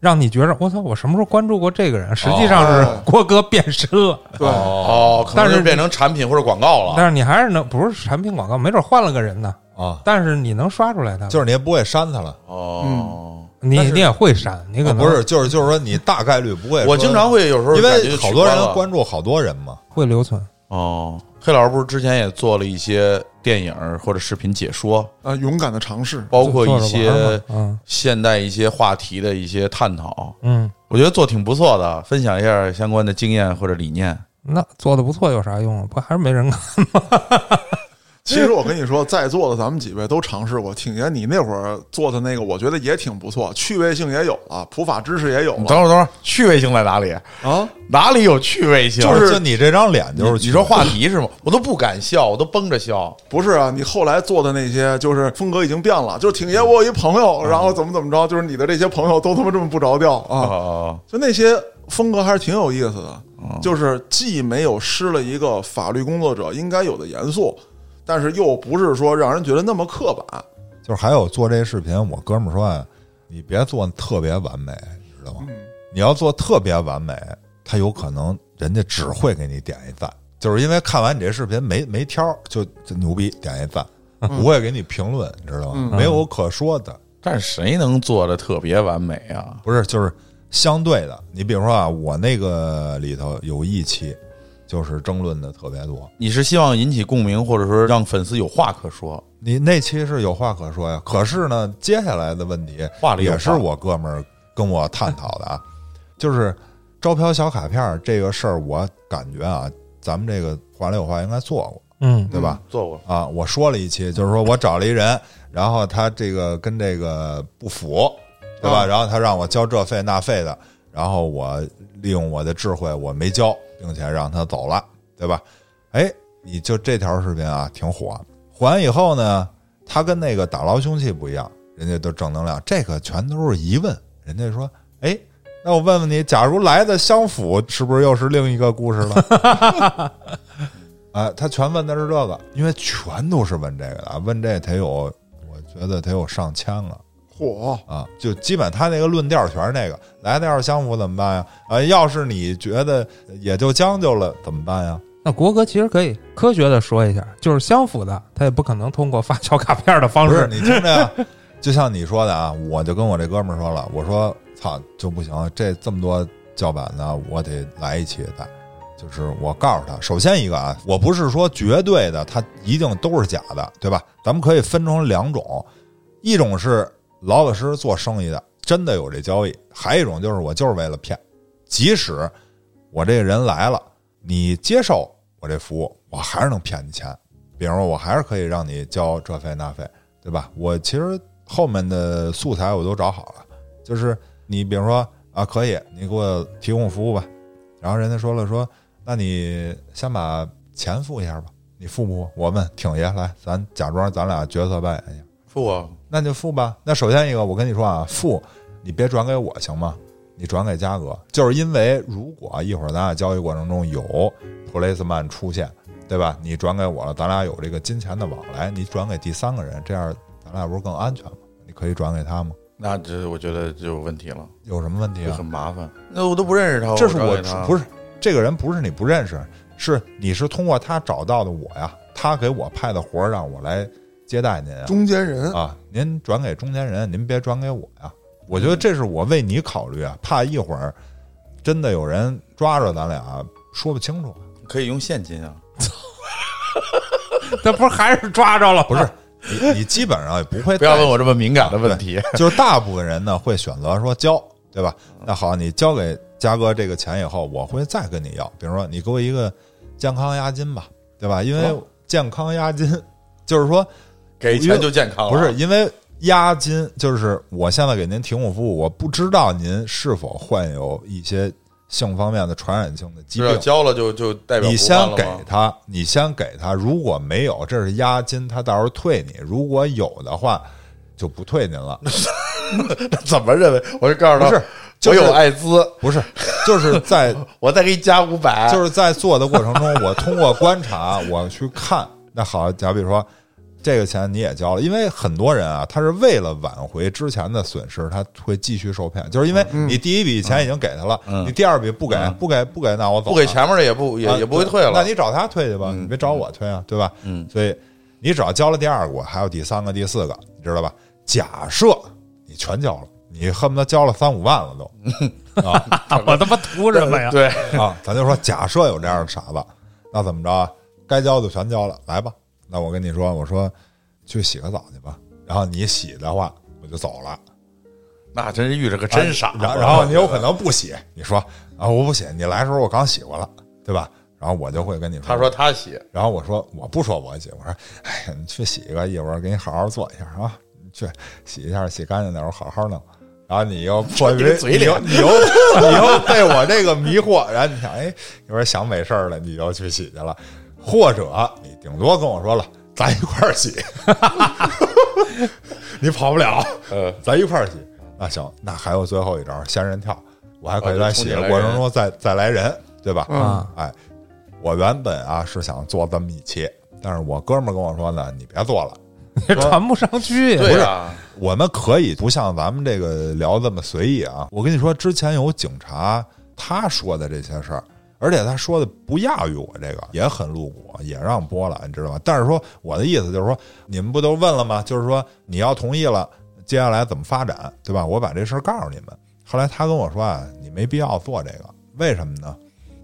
S4: 让你觉着我操，我什么时候关注过这个人？实际上
S2: 哦
S4: 是郭哥变身了，
S2: 对，
S5: 哦，可
S4: 但
S5: 能
S4: 是
S5: 就变成产品或者广告了。
S4: 但是你还是能不是产品广告，没准换了个人呢。
S1: 啊，
S4: 但是你能刷出来他，嗯
S1: 就是你也不会删他了。
S5: 哦，
S4: 你
S1: 但是
S4: 你也会删，你可
S1: 啊
S4: 能
S1: 不是，就是就是说你大概率不会说。
S5: 我经常会有时候
S1: 因
S5: 感觉
S1: 为
S5: 就
S1: 好多
S5: 取
S1: 人
S5: 关
S1: 关
S5: 了
S1: 注好多人嘛，
S4: 会留存。
S5: 哦。黑老师不是之前也做了一些电影或者视频解说，
S2: 啊，勇敢的尝试，
S5: 包括一
S4: 做着玩
S5: 些
S4: 嘛嗯
S5: 现代一些话题的一些探讨，
S4: 嗯，
S5: 我觉得做挺不错的，分享一下相关的经验或者理念。
S4: 那做的不错有啥用啊？不还是没人看？
S2: 其实我跟你说，在座的咱们几位都尝试过。挺爷，你那会儿做的那个，我觉得也挺不错，趣味性也有了，普法知识也有了
S5: 会儿，等会儿，趣味性在哪里？
S2: 啊。
S5: 哪里有趣味性？
S1: 就是就你这张脸就是
S5: 你说话题是吗？我都不敢笑，我都绷着笑。
S2: 不是啊，你后来做的那些，就是风格已经变了。就是挺爷，我有一朋友，然后怎么怎么着，就是你的这些朋友都他妈这么不着调啊。
S5: 哦，
S2: 就那些风格还是挺有意思的，就是既没有失了一个法律工作者应该有的严肃，但是又不是说让人觉得那么刻板。
S1: 就是还有做这视频，我哥们儿说，啊你别做特别完美，你知道吗？你要做特别完美，他有可能人家只会给你点一赞，就是因为看完你这视频没没挑，就就牛逼点一赞，不会给你评论，你知道吗？没有可说的，
S5: 但谁能做的特别完美啊？
S1: 不是就是相对的。你比如说啊，我那个里头有一期就是争论的特别多，
S5: 你是希望引起共鸣，或者说让粉丝有话可说？
S1: 你那期是有话可说呀，可是呢，接下来的问题
S5: 话里有话
S1: 也是我哥们儿跟我探讨的啊，就是招嫖小卡片儿这个事儿，我感觉啊，咱们这个话里有话应该做过，
S4: 嗯，
S1: 对吧？
S5: 做过
S1: 啊，我说了一期，就是说我找了一人，然后他这个跟这个不符，对吧？然后他让我交这费那费的，然后我利用我的智慧，我没交，并且让他走了，对吧？哎，你就这条视频啊，挺火。火完以后呢，他跟那个打捞凶器不一样，人家都正能量，这个全都是疑问。人家说，哎，那我问问你，假如来的相符，是不是又是另一个故事了？啊，他全问的是这个，因为全都是问这个的，啊，问这得有，我觉得得有上千了
S2: 嚯，
S1: 啊，就基本他那个论调全是那个，来的要是相符怎么办呀？啊，要是你觉得也就将就了怎么办呀？
S4: 那国歌其实可以科学的说一下，就是相符的，它也不可能通过发小卡片的方
S1: 不是
S4: 式。
S1: 你听着呀，就像你说的啊，我就跟我这哥们儿说了，我说操就不行，这这么多叫板呢，我得来一期的。就是我告诉他，首先一个啊，我不是说绝对的，它一定都是假的，对吧？咱们可以分成两种，一种是老老实实做生意的，真的有这交易；还有一种就是我就是为了骗，即使我这个人来了，你接受我这服务，我还是能骗你钱。比如说，我还是可以让你交这费那费，对吧？我其实后面的素材我都找好了，就是你比如说啊，可以，你给我提供服务吧。然后人家说了说，那你先把钱付一下吧，你付不付？我们挺爷来，咱假装咱俩角色扮演一下，
S5: 付啊，
S1: 那就付吧。那首先一个，我跟你说啊，
S5: 嗯
S1: 付你别转给我行吗？你转给嘉哥，就是因为如果一会儿咱俩交易过程中有普雷斯曼出现，对吧？你转给我了，咱俩有这个金钱的往来，你转给第三个人，这样咱俩不是更安全吗？你可以转给他吗？
S5: 那这我觉得就有问题了，
S1: 有什么问题
S5: 就
S1: 啊
S5: 很？麻烦。那我都不认识他，
S1: 这是
S5: 我
S1: 我
S5: 找给他
S1: 不是这个人，不是你不认识，是你是通过他找到的我呀，他给我派的活儿让我来接待您啊。
S2: 中间人
S1: 啊，您转给中间人，您别转给我呀。我觉得这是我为你考虑啊，怕一会儿真的有人抓着咱俩说不清楚。
S5: 可以用现金啊。
S4: 那不是还是抓着了？
S1: 不是，你你基本上也不会
S5: 不要
S1: 带
S5: 问我这么敏感的问 题。
S1: 就是大部分人呢会选择说交，对吧？那好，你交给嘉哥这个钱以后，我会再跟你要，比如说你给我一个健康押金吧，对吧？因为
S5: 哦
S1: 健康押金就是说
S5: 给钱就健康了，
S1: 不是因为押金，就是我现在给您提供服务，我不知道您是否患有一些性方面的传染性的疾
S5: 是要
S1: 病。
S5: 交了就就代表
S1: 你
S5: 不办
S1: 先
S5: 了
S1: 给
S5: 吗
S1: 他，你先给他，如果没有，这是押金，他到时候退你；如果有的话，就不退您了。
S5: 怎么认为？我就告诉他，
S1: 不是就是
S5: 我有艾滋，
S1: 不是，就是在
S5: 我再给你加五百，
S1: 就是在做的过程中，我通过观察， 我去看。那好，假比说这个钱你也交了，因为很多人啊，他是为了挽回之前的损失，他会继续受骗，就是因为
S5: 嗯
S1: 你第一笔钱已经给他了，你第二笔不给，不给，不给，那我走了，
S5: 不给前面的也不也、
S1: 啊
S5: 也不会退了。嗯
S1: 那你找他退去吧，你别找我退啊，对吧？嗯，所以你只要交了第二个，我还有第三个、第四个，你知道吧？假设你全交了，你恨不得交了三五万了都啊
S4: 我他妈图什么呀？
S5: 对，
S1: 啊！咱就说，假设有这样的傻子，那怎么着啊？该交的全交了，来吧。那我跟你说，我说去洗个澡去吧。然后你洗的话，我就走了。
S5: 那真是遇着个真傻子。
S1: 然然后你有可能不洗，你说啊，我不洗，你来的时候我刚洗过了，对吧？然后我就会跟你说，
S5: 他说他洗，
S1: 然后我说我不说我洗，我说哎呀，你去洗一个，一会儿给你好好做一下啊，你去洗一下，洗干净点，我好好弄。然后你又迫于
S5: 嘴
S1: 你又
S5: 脸
S1: 你 又你又被我这个迷惑，然后你想哎，一会儿想美事儿了，你就去洗去了，或者你顶多跟我说了，咱一块儿洗，你跑不了，
S5: 呃，
S1: 咱一块儿洗。那行，那还有最后一招，仙人跳，我还可以
S5: 啊
S1: 在
S5: 就冲
S1: 洗
S5: 你
S1: 的
S5: 来
S1: 过程
S5: 人
S1: 中再再来人，对吧？
S4: 嗯
S1: 哎，我原本啊是想做这么一期，但是我哥们儿跟我说呢，你别做了。
S4: 也传不上去呀。
S5: 对啊，
S1: 我们可以不像咱们这个聊这么随意啊。我跟你说，之前有警察他说的这些事儿，而且他说的不亚于我这个，也很露骨，也让播了，你知道吗？但是说我的意思就是说，你们不都问了吗？就是说你要同意了，接下来怎么发展，对吧？我把这事儿告诉你们。后来他跟我说啊，你没必要做这个，为什么呢？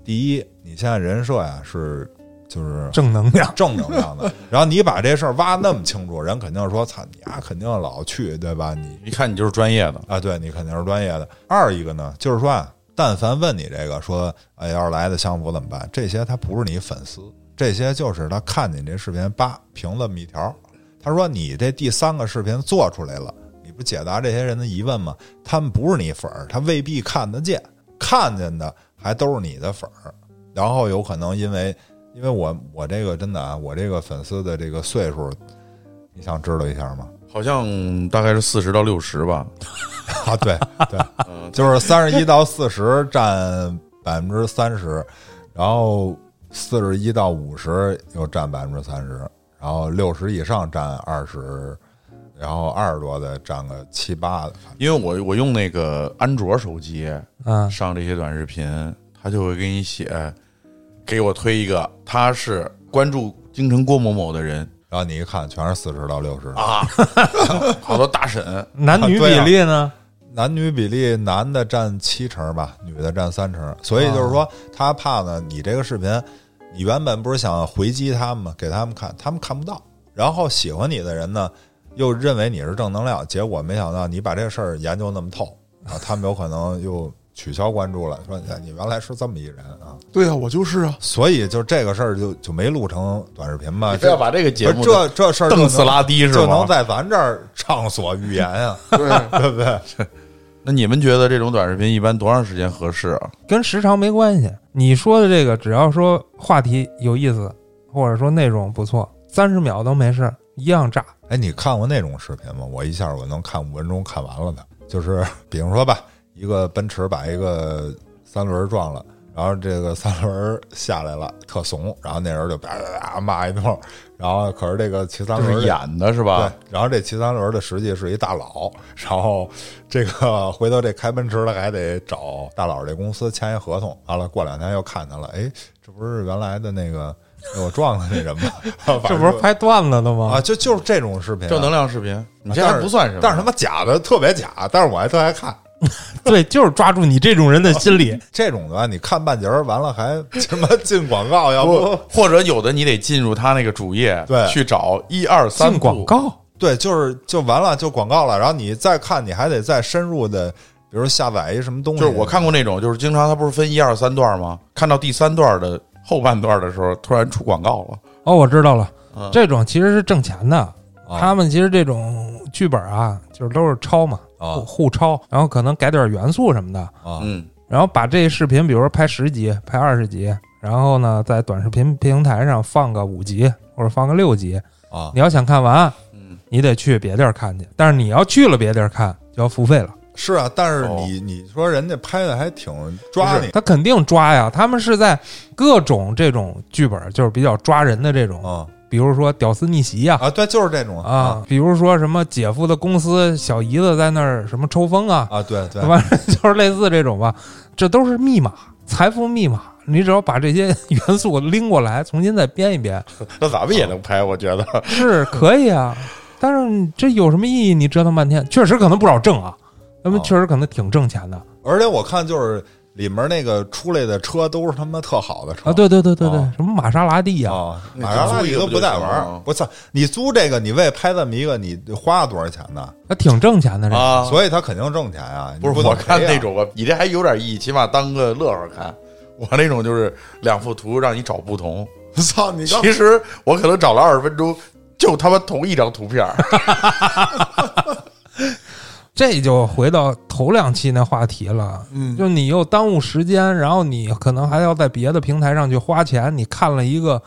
S1: 第一，你现在人设呀、是就是
S4: 正能量，
S1: 正能量的。然后你把这事儿挖那么清楚，人肯定说：“操你啊，肯定老去，对吧？你
S5: 一看你就是专业的，
S1: 啊，对你肯定是专业的。”二一个呢，就是说啊，但凡问你这个说，哎，要是来的相符怎么办？这些他不是你粉丝，这些就是他看你这视频，叭评这么一条，他说你这第三个视频做出来了，你不解答这些人的疑问吗？他们不是你粉儿，他未必看得见，看见的还都是你的粉儿，然后有可能因为。因为我我这个真的啊，我这个粉丝的这个岁数，你想知道一下吗？
S5: 好像大概是四十到六十吧。
S1: 啊，对对，就是三十一到四十占百分之三十，然后四十一到五十又占百分之三十，然后六十以上占二十，然后二十多的占个七八的，
S5: 因为我我用那个安卓手机
S1: 啊
S4: 嗯，
S5: 上这些短视频，他就会给你写，给我推一个，他是关注京城郭某某的人
S1: 然后你一看全是四十到六十，
S5: 啊，好多大 啊婶，
S4: 男女比例
S1: 啊
S4: 呢？
S1: 男女比例，男的占七成吧，女的占三成。所以就是说，他怕呢，你这个视频，你原本不是想回击他们吗？给他们看，他们看不到。然后喜欢你的人呢，又认为你是正能量，结果没想到你把这个事儿研究那么透啊，他们有可能又取消关注了，说哎你原来是这么一人啊。
S2: 对啊，我就是啊，
S1: 所以就这个事儿就就没录成短视频嘛，
S5: 你非要
S1: 这
S5: 把这个节
S1: 不
S5: 目
S1: 是这这事儿就
S5: 蹬死
S1: 能
S5: 拉低是
S1: 就能
S5: 吗？
S1: 在咱这儿畅所欲言啊，
S2: 对，
S1: 对不对？
S5: 那你们觉得这种短视频一般多长时间合适啊？
S4: 跟时长没关系。你说的这个，只要说话题有意思，或者说内容不错，三十秒都没事儿，一样炸。
S1: 哎，你看过那种视频吗？我一下我能看五分钟看完了的，就是比如说吧，一个奔驰把一个三轮撞了，然后这个三轮下来了，特怂，然后那人就叭叭叭骂一通，然后可是这个骑三
S5: 就
S1: 轮
S5: 是
S1: 的
S5: 演的是
S1: 对
S5: 吧？，
S1: 然后这骑三轮的实际是一大佬，然后这个回头这开奔驰的还得找大佬这公司签一合同，完了过两天又看他了，哎，这不是原来的那个被我撞的那人吗？
S4: 这不是拍段子的吗？
S1: 啊，就就是这种视频啊、
S5: 正能量视频，你这
S1: 啊但
S5: 还
S1: 是
S5: 不算什么，
S1: 但是他妈假的特别假，但是我还特爱看
S4: 对，就是抓住你这种人的心 理。
S1: 这种的吧，你看半截儿，完了还 什么进广告，要不
S5: 或者有的你得进入他那个主页，
S1: 对
S5: 去找一二三
S4: 进广
S5: 步，
S4: 告，
S1: 对，就是就完了，就广告了。然后你再看，你还得再深入的，比如下载一什么东西。
S5: 就是我看过那种，就是经常他不是分一二三段吗？看到第三段的后半段的时候，突然出广告了，
S4: 哦，我知道了，
S5: 嗯
S4: 这种其实是挣钱的。
S1: 啊
S4: 他们其实这种剧本啊，就是都是抄嘛，
S1: 啊
S4: 互互抄，然后可能改点元素什么的，
S1: 啊，
S5: 嗯，
S4: 然后把这视频，比如说拍十集、拍二十集，然后呢，在短视频平台上放个五集或者放个六集。
S1: 啊
S4: 你要想看完
S5: 嗯，
S4: 你得去别地儿看去。但是你要去了别地儿看，就要付费了。
S1: 是啊，但是
S5: 哦
S1: 你你说人家拍的还挺抓你
S4: 他肯定抓呀，他们是在各种这种剧本，就是比较抓人的这种，
S1: 啊
S4: 比如说屌丝逆袭呀、
S1: 啊，对，就是这种
S4: 啊，比如说什么姐夫的公司小姨子在那儿什么抽风啊，
S1: 啊，对对，
S4: 反正 就是类似这种吧，这都是密码，财富密码。你只要把这些 元素拎过来，重新再编 一编，
S5: 那咱们也能拍，我觉得
S4: 是可以啊。但是你这有什么意义？你折腾半天，确实可能不少挣啊，那
S1: 哦
S4: 么确实可能挺挣钱的啊
S1: 而且我看就是里面那个出来的车都是他妈特好的车
S4: 啊！对对对对对
S1: 哦，
S4: 什么玛莎拉蒂呀，
S1: 啊，
S5: 那
S1: 马莎拉
S5: 租一
S1: 蒂
S5: 个
S1: 都
S5: 不
S1: 不
S5: 就
S1: 带
S5: 行
S1: 玩
S5: 了
S1: 儿
S5: 吗。
S1: 我操，你租这个，你为拍这么一个，你花了多少钱呢？
S4: 那挺挣钱的这个。
S5: 啊，
S1: 嗯所以他肯定挣钱啊！
S5: 不
S1: 你
S5: 是
S1: 不
S5: 我
S1: 能赔
S5: 看
S1: 啊
S5: 那种啊，你这还有点意义，起码当个乐呵看。我那种就是两幅图让你找不同，
S2: 操你刚
S5: 其实我可能找了二十分钟，就他妈同一张图片儿。
S4: 这就回到头两期那话题了，
S2: 嗯
S4: 就你又耽误时间，然后你可能还要在别的平台上去花钱，你看了一个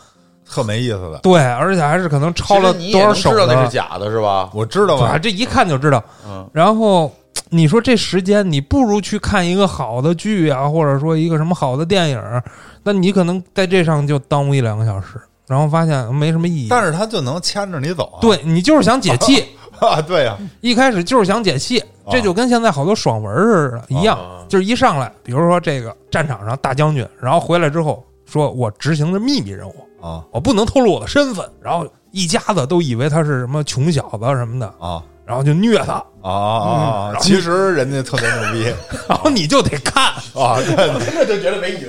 S1: 特没意思的，
S4: 对，而且还是可能超了
S5: 其实你
S4: 多
S5: 也
S4: 少
S5: 能
S4: 手
S5: 知道那是
S4: 的，
S5: 假的，是吧？
S1: 我知道
S4: 啊，
S1: 吗？
S4: 这一看就知道。
S5: 嗯，
S4: 然后你说这时间，你不如去看一个好的剧啊，或者说一个什么好的电影儿，那你可能在这上就耽误一两个小时，然后发现没什么意义。
S1: 但是他就能牵着你走啊！
S4: 对你就是想解气，
S1: 啊，对呀，
S4: 一开始就是想解气，
S1: 啊
S4: 这就跟现在好多爽文似的，一样，就是一上来，比如说这个战场上大将军，然后回来之后说我执行的秘密任务，
S1: 啊
S4: 我不能透露我的身份，然后一家子都以为他是什么穷小子什么的，
S1: 啊
S4: 然后就虐他，
S1: 啊
S5: 嗯
S1: 啊啊！其实人家特别牛 逼
S4: 然后你就得看
S1: 啊，对
S5: 这就觉得没意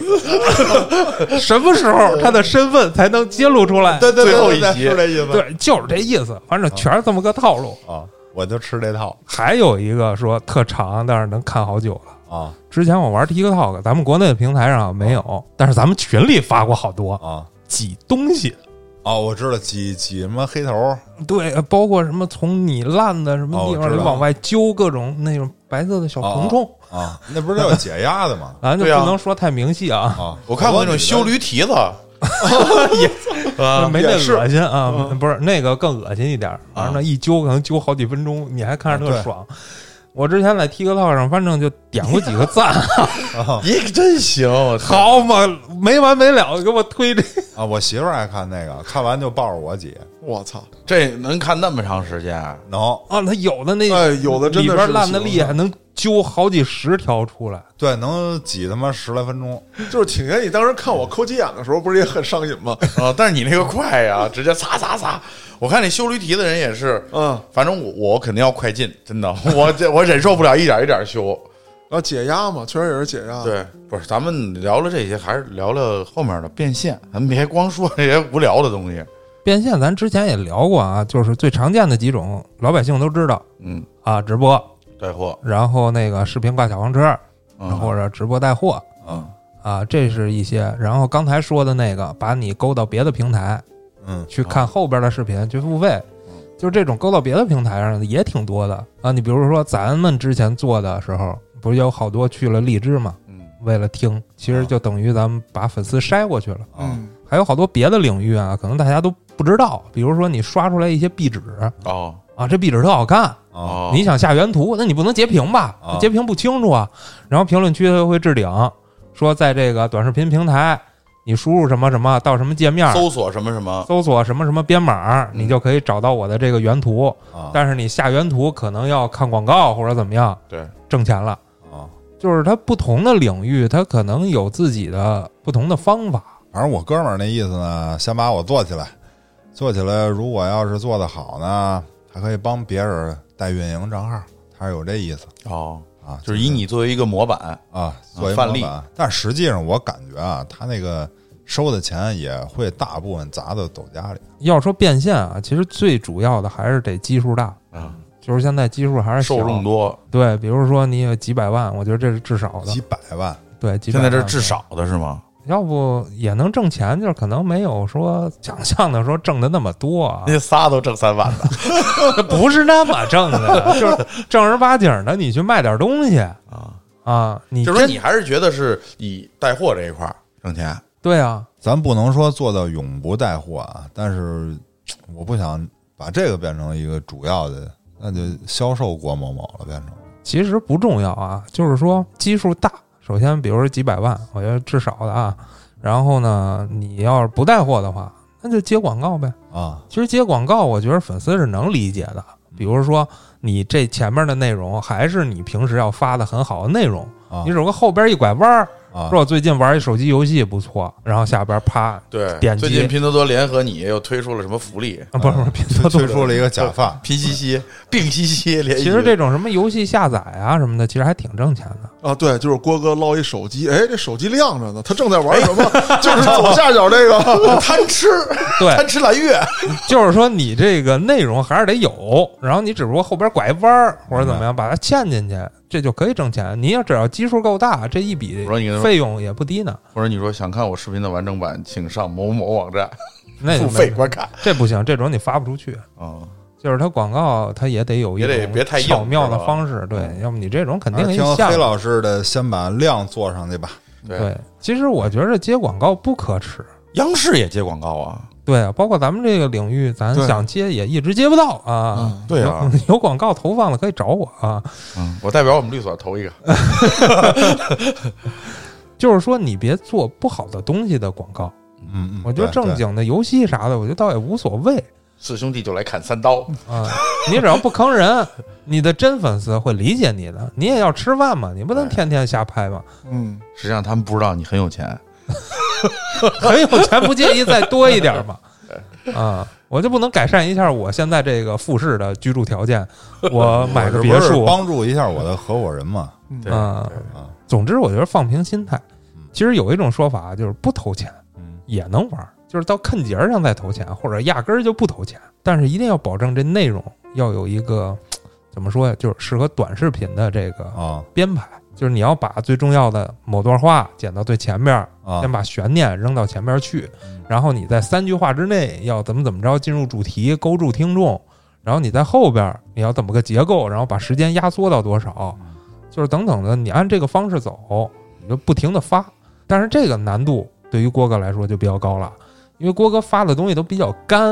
S5: 思。
S4: 什么时候他的身份才能揭露出来。
S1: 对对，对
S5: 最后
S1: 对
S5: 一集
S1: 是这意思
S4: 对，就是这意思，反正全是这么个套路。
S1: 啊！我就吃这套
S4: 还有一个说特长，但是能看好久了。
S1: 啊
S4: 之前我玩 TikTok，咱们国内的平台上没有，但是咱们群里发过好多
S1: 啊
S4: 挤东西。
S1: 啊！我知道挤挤什么黑头
S4: 对，呃包括什么从你烂的什么地
S1: 哦我
S4: 方
S1: 知
S4: 里
S1: 道
S4: 往外揪各种那种白色的小虫虫，
S1: 啊，那不是叫解压的吗？
S4: 咱就
S5: 对啊
S4: 不能说太明细啊，
S1: 啊，
S5: 我看过那种修
S1: 驴
S5: 驴蹄子， 也
S4: 这
S5: 啊
S4: 没那
S5: 也是
S4: 恶心啊，不是那个更恶心一点儿，反正那一揪可能揪好几分钟，你还看着
S1: 啊对
S4: 特爽。我之前在 TikTok 上，反正就点过几个赞，
S5: 你可真行，我操！
S4: 好嘛，没完没了给我推这
S1: 啊，我媳妇儿爱看那个，看完就抱着我挤，
S2: 我操，
S5: 这能看那么长时间？
S1: 能
S4: 啊，他有的那
S2: 哎，有的真
S4: 里
S2: 的
S4: 边
S2: 是
S4: 烂的厉害，
S2: 行，
S4: 能揪好几十条出来。
S1: 对能挤他妈十来分钟，
S2: 就是挺原你当时看我抠鸡眼的时候，不是也很上瘾 吗？
S5: 啊，但是你那个快呀，直接擦擦擦！我看那修驴蹄的人也是，
S2: 嗯，
S5: 反正我我肯定要快进，真的，我这我忍受不了一点一点修。
S2: 然后解压嘛，确实也是解压。，
S5: 对，不是，咱们聊了这些，还是聊聊后面的变现，咱们别光说这些无聊的东西。
S4: 变现咱之前也聊过啊，就是最常见的几种，老百姓都知道
S5: 嗯，
S4: 啊，直播，
S5: 带货，
S4: 然后那个视频挂小黄车，
S5: 嗯
S4: 或者直播带货
S5: 嗯，
S4: 啊，这是一些。然后刚才说的那个，把你勾到别的平台
S1: 嗯
S4: 去看后边的视频去付费，
S5: 嗯
S4: 就这种勾到别的平台上的也挺多的啊。你比如说咱们之前做的时候，不是有好多去了荔枝嘛，
S5: 嗯
S4: 为了听，其
S5: 啊
S4: 实就等于咱们把粉丝筛过去了。
S1: 啊
S2: 嗯，
S4: 还有好多别的领域啊，可能大家都不知道，比如说你刷出来一些壁纸
S5: 哦
S4: 啊，这壁纸特好看，
S1: 啊
S5: 哦，
S4: 你想下原图，那你不能截屏吧
S1: 啊？
S4: 截屏不清楚啊。然后评论区它会置顶，说在这个短视频平台，你输入什么什么到什么界面，
S5: 搜索什么什么，
S4: 搜索什么什么编码，
S5: 嗯
S4: 你就可以找到我的这个原图。
S5: 哦
S1: 啊
S4: 但是你下原图可能要看广告或者怎么样
S5: 对，
S4: 挣钱了。
S1: 啊！
S4: 就是它不同的领域，它可能有自己的不同的方法。
S1: 反正我哥们儿那意思呢，先把我做起来，做起来，如果要是做得好呢，还可以帮别人带运营账号，他是有这意思
S5: 哦，
S1: 啊，
S5: 就是以你作为一个模板，
S1: 啊作为
S5: 范
S1: 模
S5: 例
S1: 板。但实际上我感觉啊，他那个收的钱也会大部分砸到抖家里
S4: 要说变现啊，其实最主要的还是得基数大
S5: 啊，
S4: 就是现在基数还是小
S5: 受众。多，
S4: 对，比如说你有几百万，我觉得这是至少的
S1: 几。百万
S4: 对，几百
S5: 现在
S4: 万
S5: 这是至，少的是吗？
S4: 要不也能挣钱，就是可能没有说想象的说挣的那么 多啊，
S5: 那仨都挣三万的
S4: 不是那么挣的，就是正儿八经的，你去卖点东西
S5: 啊，
S4: 啊，你
S5: 就是说
S4: 真
S5: 你还是觉得是以带货这一块儿挣钱，
S4: 对啊，
S1: 咱不能说做到永不带货啊，但是我不想把这个变成一个主要的，那就销售郭某某了，变成
S4: 其实不重要啊，就是说基数大。首先，比如说几百万，我觉得至少的啊。然后呢，你要是不带货的话，那就接广告呗。
S1: 啊
S4: 其实接广告，我觉得粉丝是能理解的。比如说，你这前面的内容还是你平时要发的很好的内容，
S1: 啊
S4: 你只不过后边一拐弯儿，
S1: 啊
S4: 说我最近玩一手机游戏不错，然后下边啪，
S5: 对，
S4: 点击
S5: 最近拼多多联合你又推出了什么福利？
S4: 啊，不是不是拼多
S1: 推
S4: 多
S1: 推出了一个假发，
S5: 拼夕夕、病夕夕联谊。
S4: 其实这种什么游戏下载啊什么的，其实还挺挣钱的。
S2: 啊，对，就是郭哥捞一手机，哎，这手机亮着呢，他正在玩什么？
S5: 哎
S2: 就是左下角这个
S5: 贪吃，
S4: 对
S5: 贪吃蓝月，
S4: 就是说你这个内容还是得有，然后你只不过后边拐弯儿或者怎么样把它嵌进去，这就可以挣钱。你要只要基数够大，这一笔
S5: 我说你跟他说
S4: 费用也不低呢。
S5: 或者你说想看我视频的完整版，请上某某网站
S4: 那也
S5: 付
S4: 哎没
S5: 费观看。
S4: 这不行，这种你发不出去。
S5: 啊，
S4: 就是它广告，它也得有一
S5: 也得
S4: 种
S5: 别太硬
S4: 巧妙的
S5: 是吧嗯啊
S4: 方式，对，要么你这种肯定
S1: 还是
S4: 一
S1: 啊听
S4: 下
S1: 黑老师的，先把量做上去吧。
S5: 对，
S4: 对，其实我觉着接广告不可耻，
S5: 央视也接广告啊，
S4: 对啊，包括咱们这个领域，咱
S2: 对
S4: 想接也一直接不到
S2: 嗯
S4: 啊。
S5: 对啊，
S4: 有有广告投放的可以找我啊。
S5: 嗯，我代表我们律所投一个，
S4: 就是说，你别做不好的东西的广告。
S1: 嗯嗯，
S4: 我觉得
S1: 对
S4: 正，经的游戏啥的，我觉得倒也无所谓
S5: 四兄弟就来砍三刀，
S4: 啊。你只要不坑人，你的真粉丝会理解你的。你也要吃饭嘛，你不能天天瞎拍嘛。
S2: 嗯，
S5: 实际上他们不知道你很有钱，
S4: 很有钱不介意再多一点嘛。啊，我就不能改善一下我现在这个复式的居住条件，我买
S1: 这
S4: 个
S1: 不
S4: 别
S1: 是
S4: 墅
S1: 帮助一下我的合伙人嘛。
S5: 对
S4: 啊。
S1: 啊，
S4: 总之，我觉得放平心态
S1: 嗯。
S4: 其实有一种说法啊就是不投钱
S1: 嗯
S4: 也能玩，就是到看节儿上再投钱，或者压根儿就不投钱。但是一定要保证这内容要有一个怎么说呀，就是适合短视频的这个
S1: 啊
S4: 编排，就是你要把最重要的某段话剪到最前面，
S1: 啊
S4: 先把悬念扔到前面去
S1: 嗯，
S4: 然后你在三句话之内要怎么怎么着进入主题，勾住听众，然后你在后边儿你要怎么个结构，然后把时间压缩到多少，
S1: 嗯
S4: 就是等等的，你按这个方式走，你就不停的发。但是这个难度对于郭哥来说就比较高了，因为郭哥发的东西都比较干，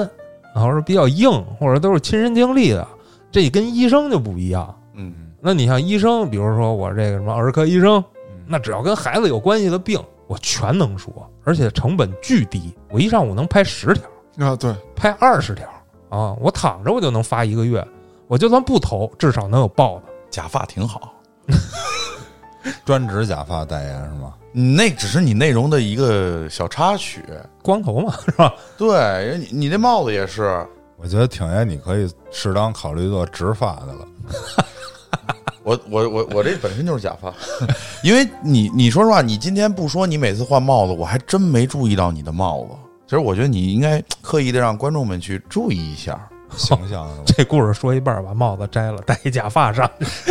S4: 然后是比较硬，或者都是亲身经历的，这跟医生就不一样。
S5: 嗯，
S4: 那你像医生，比如说我这个什么儿科医生，
S1: 嗯
S4: 那只要跟孩子有关系的病，我全能说，而且成本巨低，我一上午能拍十条，
S2: 啊，对，
S4: 拍二十条啊，我躺着我就能发一个月，我就算不投，至少能有报的。
S5: 假发挺好，
S1: 专职假发代言是吗？
S5: 你那只是你内容的一个小插曲，
S4: 光头嘛， 是吧？
S5: 对你你那帽子也是，
S1: 我觉得挺爷你可以适当考虑做植发的 了。
S5: 我我我我这本身就是假发， 因为你你说实话，你今天不说你每次换帽子，我还真没注意到你的帽子。其实我觉得你应该刻意的让观众们去注意一下，
S1: 形象是吧？
S4: 这故事说一半儿，把帽子摘了，戴一假发上，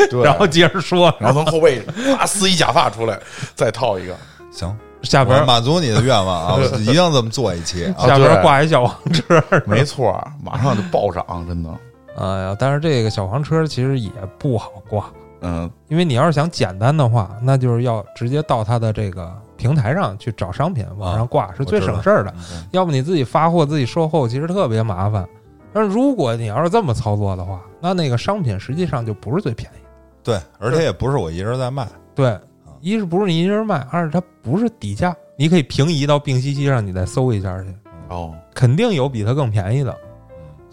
S5: 对
S4: 然后接着说，
S5: 然后从后背啪撕一假发出来，再套 一个。
S1: 行，
S4: 下边
S1: 我
S4: 儿
S1: 满足你的愿望 啊，我一定这么做一期啊。
S4: 下边儿
S5: 对
S4: 挂一小黄车，
S5: 没错儿，马上就暴涨，真的。
S4: 哎呀，但是这个小黄车其实也不好挂，
S5: 嗯，
S4: 因为你要是想简单的话，那就是要直接到它的这个平台上去找商品，往上挂是最省事儿的。要不你自己发货、自己售后，其实特别麻烦。但是如果你要是这么操作的话，那那个商品实际上就不是最便宜。
S1: 对，而且也不是我一人在卖，
S4: 对，一是不是你一人卖，二是它不是底价，你可以平移到病西西上，你再搜一下去，
S5: 哦，
S4: 肯定有比它更便宜的。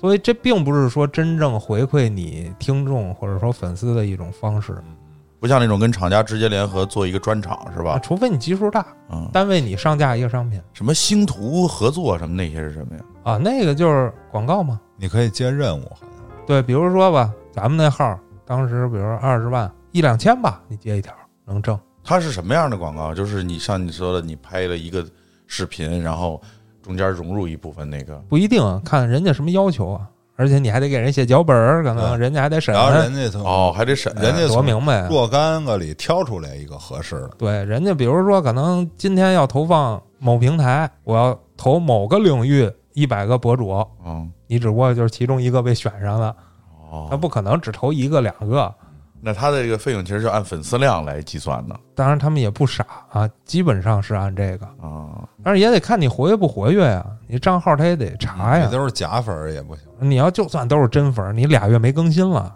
S4: 所以这并不是说真正回馈你听众或者说粉丝的一种方式
S5: 不像那种跟厂家直接联合做一个专场是
S4: 啊，
S5: 吧？
S4: 除非你基数大，
S5: 嗯，
S4: 单位你上架一个商品。
S5: 什么星图合作什么那些是什么呀？
S4: 啊，那个就是广告嘛。
S1: 你可以接任务，好像
S4: 对，比如说吧，咱们那号儿当时，比如说二十万一两千吧，你接一条能挣。
S5: 它是什么样的广告？就是你像你说的，你拍了一个视频，然后中间融入一部分那个，
S4: 不一定啊看人家什么要求啊，而且你还得给人写脚本儿，可能
S1: 对
S4: 人家还得审啊
S1: 然，后人家从
S5: 哦，还得审
S1: 人家
S4: 多
S1: 从
S4: 明白啊。
S1: 若干个里挑出来一个合适的，
S4: 对，人家比如说可能今天要投放某平台，我要投某个领域一百个博主，
S5: 嗯
S4: 你只不过就是其中一个被选上了，他
S5: 哦，
S4: 不可能只投一个两个。
S5: 那它的这个费用其实就按粉丝量来计算的
S4: 当然他们也不傻啊，基本上是按这个。
S5: 啊。
S4: 但是也得看你活跃不活跃呀，你账号他也得查哎呀
S1: 你。都是假粉儿也不行。
S4: 你要就算都是真粉儿，你俩月没更新了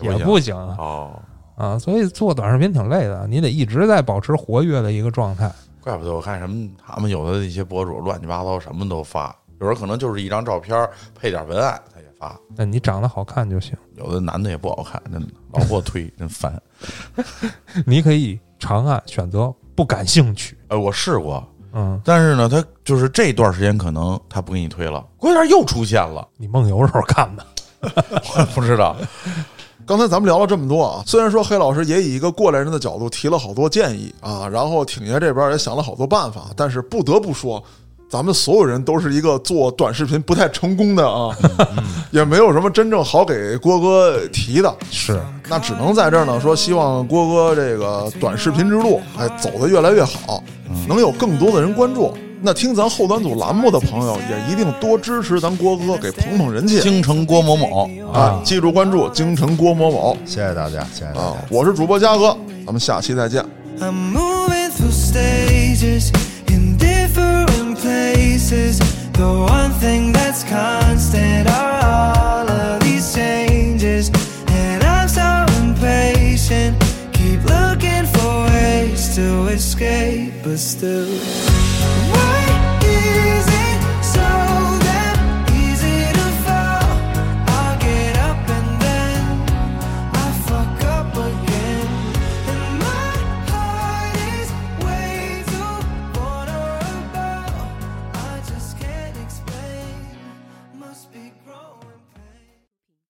S4: 也
S5: 也
S4: 不行
S5: 哦，
S4: 啊。所以做短视频挺累的，你得一直在保持活跃的一个状态。
S5: 怪不得我看什么他们有的那些博主乱七八糟什么都发，有人可能就是一张照片配点文案他也发，
S4: 那你长得好看就行，
S5: 有的男的也不好看，真的老给我推，真烦。
S4: 你可以长按选择不感兴趣。
S5: 呃，我试过，
S4: 嗯，
S5: 但是呢，他就是这段时间可能他不给你推了，过一段又出现了，
S4: 你梦游时候看的，
S5: 我不知道。
S2: 刚才咱们聊了这么多啊，虽然说黑老师也以一个过来人的角度提了好多建议啊，然后挺爷这边也想了好多办法，但是不得不说，咱们所有人都是一个做短视频不太成功的啊，也没有什么真正好给郭哥提的，
S4: 是
S2: 那只能在这儿呢说，希望郭哥这个短视频之路哎走得越来越好，能有更多的人关注。那听咱后端组栏目的朋友也一定多支持咱郭哥，给捧捧人气
S5: 京城郭某某，
S2: 啊！记住关注京城郭某某。
S1: 谢谢大家，谢谢大
S2: 啊
S1: 家。，
S2: 我是主播嘉哥，咱们下期再见。
S6: I'm moving through stages in different places. The one thing that's constant are all of these changes. And I'm so impatient, keep looking for ways to escape, but still.